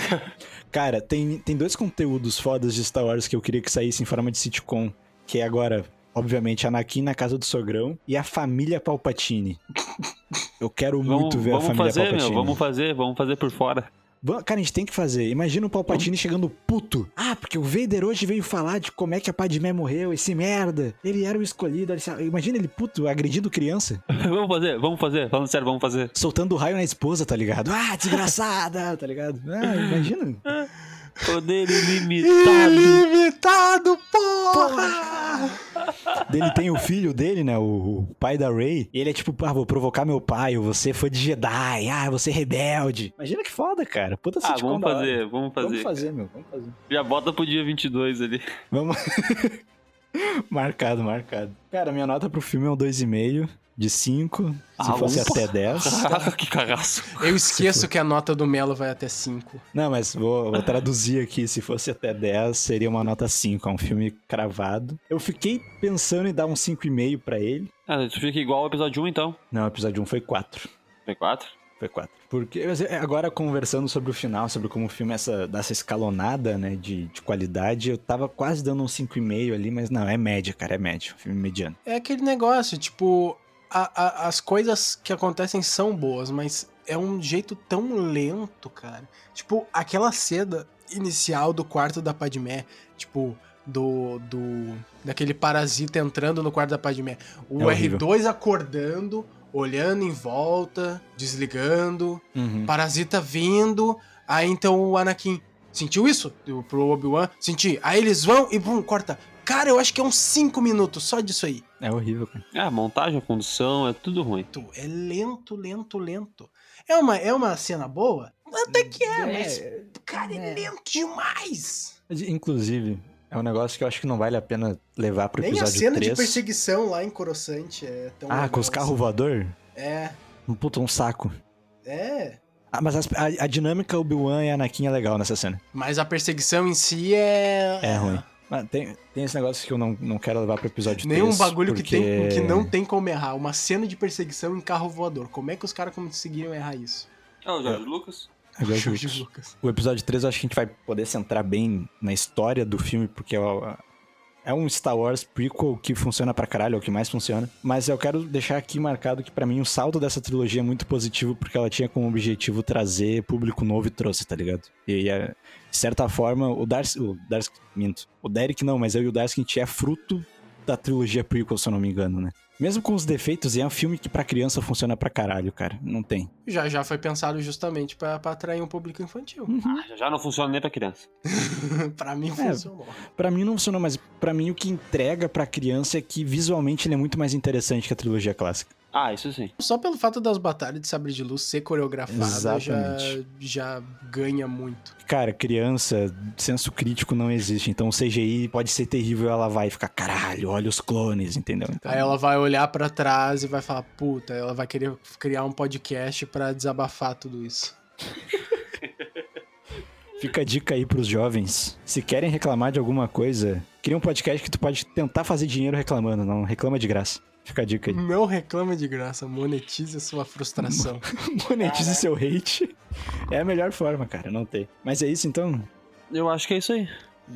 B: Cara, tem, tem dois conteúdos fodas de Star Wars que eu queria que saísse em forma de sitcom, que é agora, obviamente, Anakin na casa do sogrão e a família Palpatine. Eu quero muito ver a
D: vamos
B: família
D: fazer,
B: Palpatine.
D: meu. Vamos fazer, vamos fazer por fora.
B: Vam- Cara, a gente tem que fazer. Imagina o Palpatine chegando puto. Ah, porque o Vader hoje veio falar de como é que a Padmé morreu, esse merda. Ele era o escolhido. ele sa- Imagina ele puto, agredindo criança,
D: vamos fazer, vamos fazer. Falando sério, vamos fazer.
B: soltando raio na esposa, tá ligado? Ah, desgraçada, tá ligado? Ah, imagina.
D: Poder ilimitado.
C: Limitado, porra!
B: Ele tem o filho dele, né? O, o pai da Rey. E ele é tipo, ah, vou provocar meu pai, você foi de Jedi, ah, você é rebelde. Imagina que foda, cara. Puta
D: Ah,
B: sitcom
D: vamos
B: da hora.
D: fazer, vamos fazer.
B: Vamos fazer, meu. Vamos fazer.
D: Já bota pro dia 22 ali.
B: Vamos. marcado, marcado. Cara, minha nota pro filme é um 2,5 de 5. Se
D: Ah,
B: fosse
D: ufa.
B: até 10.
D: que cagaço.
C: Eu esqueço que a nota do Melo vai até 5.
B: Não, mas vou, vou traduzir aqui. Se fosse até 10, seria uma nota 5. É um filme cravado. Eu fiquei pensando em dar um 5,5 pra ele.
D: Ah, tu fica igual ao episódio 1, então.
B: Não, o episódio 1 foi 4.
D: Foi 4?
B: Foi 4. Porque mas é, agora conversando sobre o final, sobre como o filme é essa, dá essa escalonada, né, de, de qualidade, eu tava quase dando um 5,5 ali, mas não, é média, cara, é média. Filme mediano.
C: É aquele negócio, tipo, a- a- as coisas que acontecem são boas, mas é um jeito tão lento, cara. Tipo, aquela seda inicial do quarto da Padmé, tipo, do, do daquele parasita entrando no quarto da Padmé. O
B: É horrível.
C: R2 acordando, olhando em volta, desligando,
B: Uhum.
C: parasita vindo, aí então o Anakin sentiu isso Eu- pro Obi-Wan, senti. Aí eles vão e bum, corta. Cara, eu acho que é uns 5 minutos só disso aí.
B: É horrível, cara.
D: É, a montagem, a condução, é tudo ruim.
C: lento, é lento, lento, lento. É uma, é uma cena boa? Até que é, mas, cara, é, lento demais.
B: Mas, Inclusive, é um negócio que eu acho que não vale a pena levar pro
C: Nem a
B: episódio
C: cena de
B: 3.
C: perseguição lá em Coruscante é tão.
B: ah,
C: legal
B: com os
C: assim.
B: carros voador?
C: É,
B: Um puta, um saco.
C: é.
B: Ah, mas as- a, a dinâmica Obi-Wan e Anakin é legal nessa cena.
C: Mas a perseguição em si é.
B: É ruim. Mas tem, tem esse negócio que eu não, não quero levar pro episódio 3.
C: Nenhum bagulho que, tem,
B: porque-
C: que não tem como errar. Uma cena de perseguição em carro voador. Como é que os caras conseguiram errar isso?
D: É o Jorge Lucas?
B: É George
C: Jorge
B: Lucas.
C: Lucas.
B: O episódio 3 eu acho que a gente vai poder centrar bem na história do filme, porque é, o- é um Star Wars prequel que funciona pra caralho, é o que mais funciona. Mas eu quero deixar aqui marcado que pra mim o salto dessa trilogia é muito positivo, porque ela tinha como objetivo trazer público novo e trouxe, tá ligado? E, é, de certa forma, o Darcy, o Darcy, minto, o Derek não, mas eu e o Darcy, a gente é fruto da trilogia prequel, se eu não me engano, né? Mesmo com os defeitos, é um filme que pra criança funciona pra caralho, cara. Não tem.
C: Já já foi pensado justamente pra pra atrair um público infantil.
D: Ah, já- já não funciona nem pra criança.
C: pra
B: É.
C: mim funcionou.
B: Pra mim não funcionou, mas pra mim o que entrega pra criança é que visualmente ele é muito mais interessante que a trilogia clássica.
D: Ah, isso sim.
C: Só pelo fato das batalhas de sabre de luz ser coreografada já,
B: Exatamente.
C: já ganha muito.
B: Cara, criança, senso crítico não existe. Então o CGI pode ser terrível, ela vai ficar, caralho, olha os clones, entendeu?
D: Tá
B: Então,
C: Aí ela vai olhar pra trás e vai falar, puta, ela vai querer criar um podcast pra desabafar tudo isso.
B: Fica a dica aí pros jovens. Se querem reclamar de alguma coisa, cria um podcast que tu pode tentar fazer dinheiro reclamando, não reclama de graça. Fica a dica aí.
C: Não reclama de graça, monetize a sua frustração.
B: Monetize seu hate. É a melhor forma, cara, não tem. Mas é isso então.
D: Eu acho que é isso aí.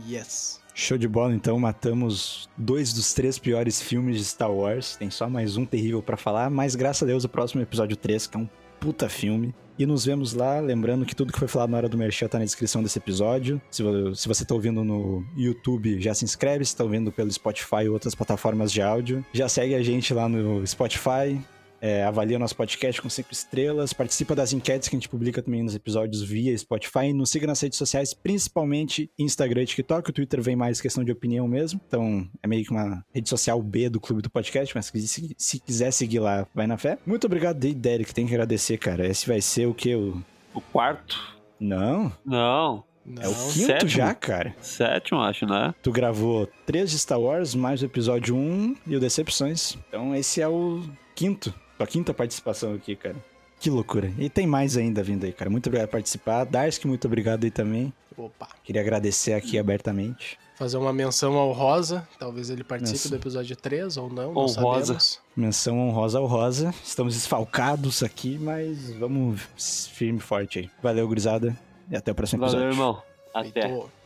C: yes.
B: Show de bola, então matamos dois dos três piores filmes de Star Wars. Tem só mais um terrível pra falar, mas graças a Deus o próximo é o episódio 3, que é um puta filme. E nos vemos lá, lembrando que tudo que foi falado na hora do Merchan tá na descrição desse episódio. Se, vo- se você tá ouvindo no YouTube, já se inscreve. Se tá ouvindo pelo Spotify ou outras plataformas de áudio, já segue a gente lá no Spotify. É, avalia o nosso podcast com cinco estrelas, participa das enquetes que a gente publica também nos episódios via Spotify, nos siga nas redes sociais, principalmente Instagram e TikTok. O Twitter vem mais questão de opinião mesmo, então é meio que uma rede social B do Clube do Podcast, mas se, se quiser seguir lá, vai na fé. Muito obrigado, Dei Derek, tem que agradecer, cara. Esse vai ser o que? O...
D: O quarto?
B: Não,
D: Não.
C: Não.
B: é o quinto
D: sétimo?
B: já, cara.
D: Sétimo, acho, né?
B: Tu gravou três de Star Wars, mais o episódio 1 e o Decepções. Então esse é o quinto, a quinta participação aqui, cara. Que loucura. E tem mais ainda vindo aí, cara. Muito obrigado por participar. Darsk, muito obrigado aí também.
C: Opa.
B: Queria agradecer aqui abertamente.
C: Fazer uma menção ao Rosa, talvez ele participe
B: Nossa.
C: do episódio 3 ou não, não
D: Ou Rosa.
C: sabemos.
B: Menção honrosa ao Rosa. Estamos esfalcados aqui, mas vamos firme e forte aí. Valeu, gurizada. E até o próximo
D: Valeu,
B: episódio.
D: irmão. Até.
C: Feito.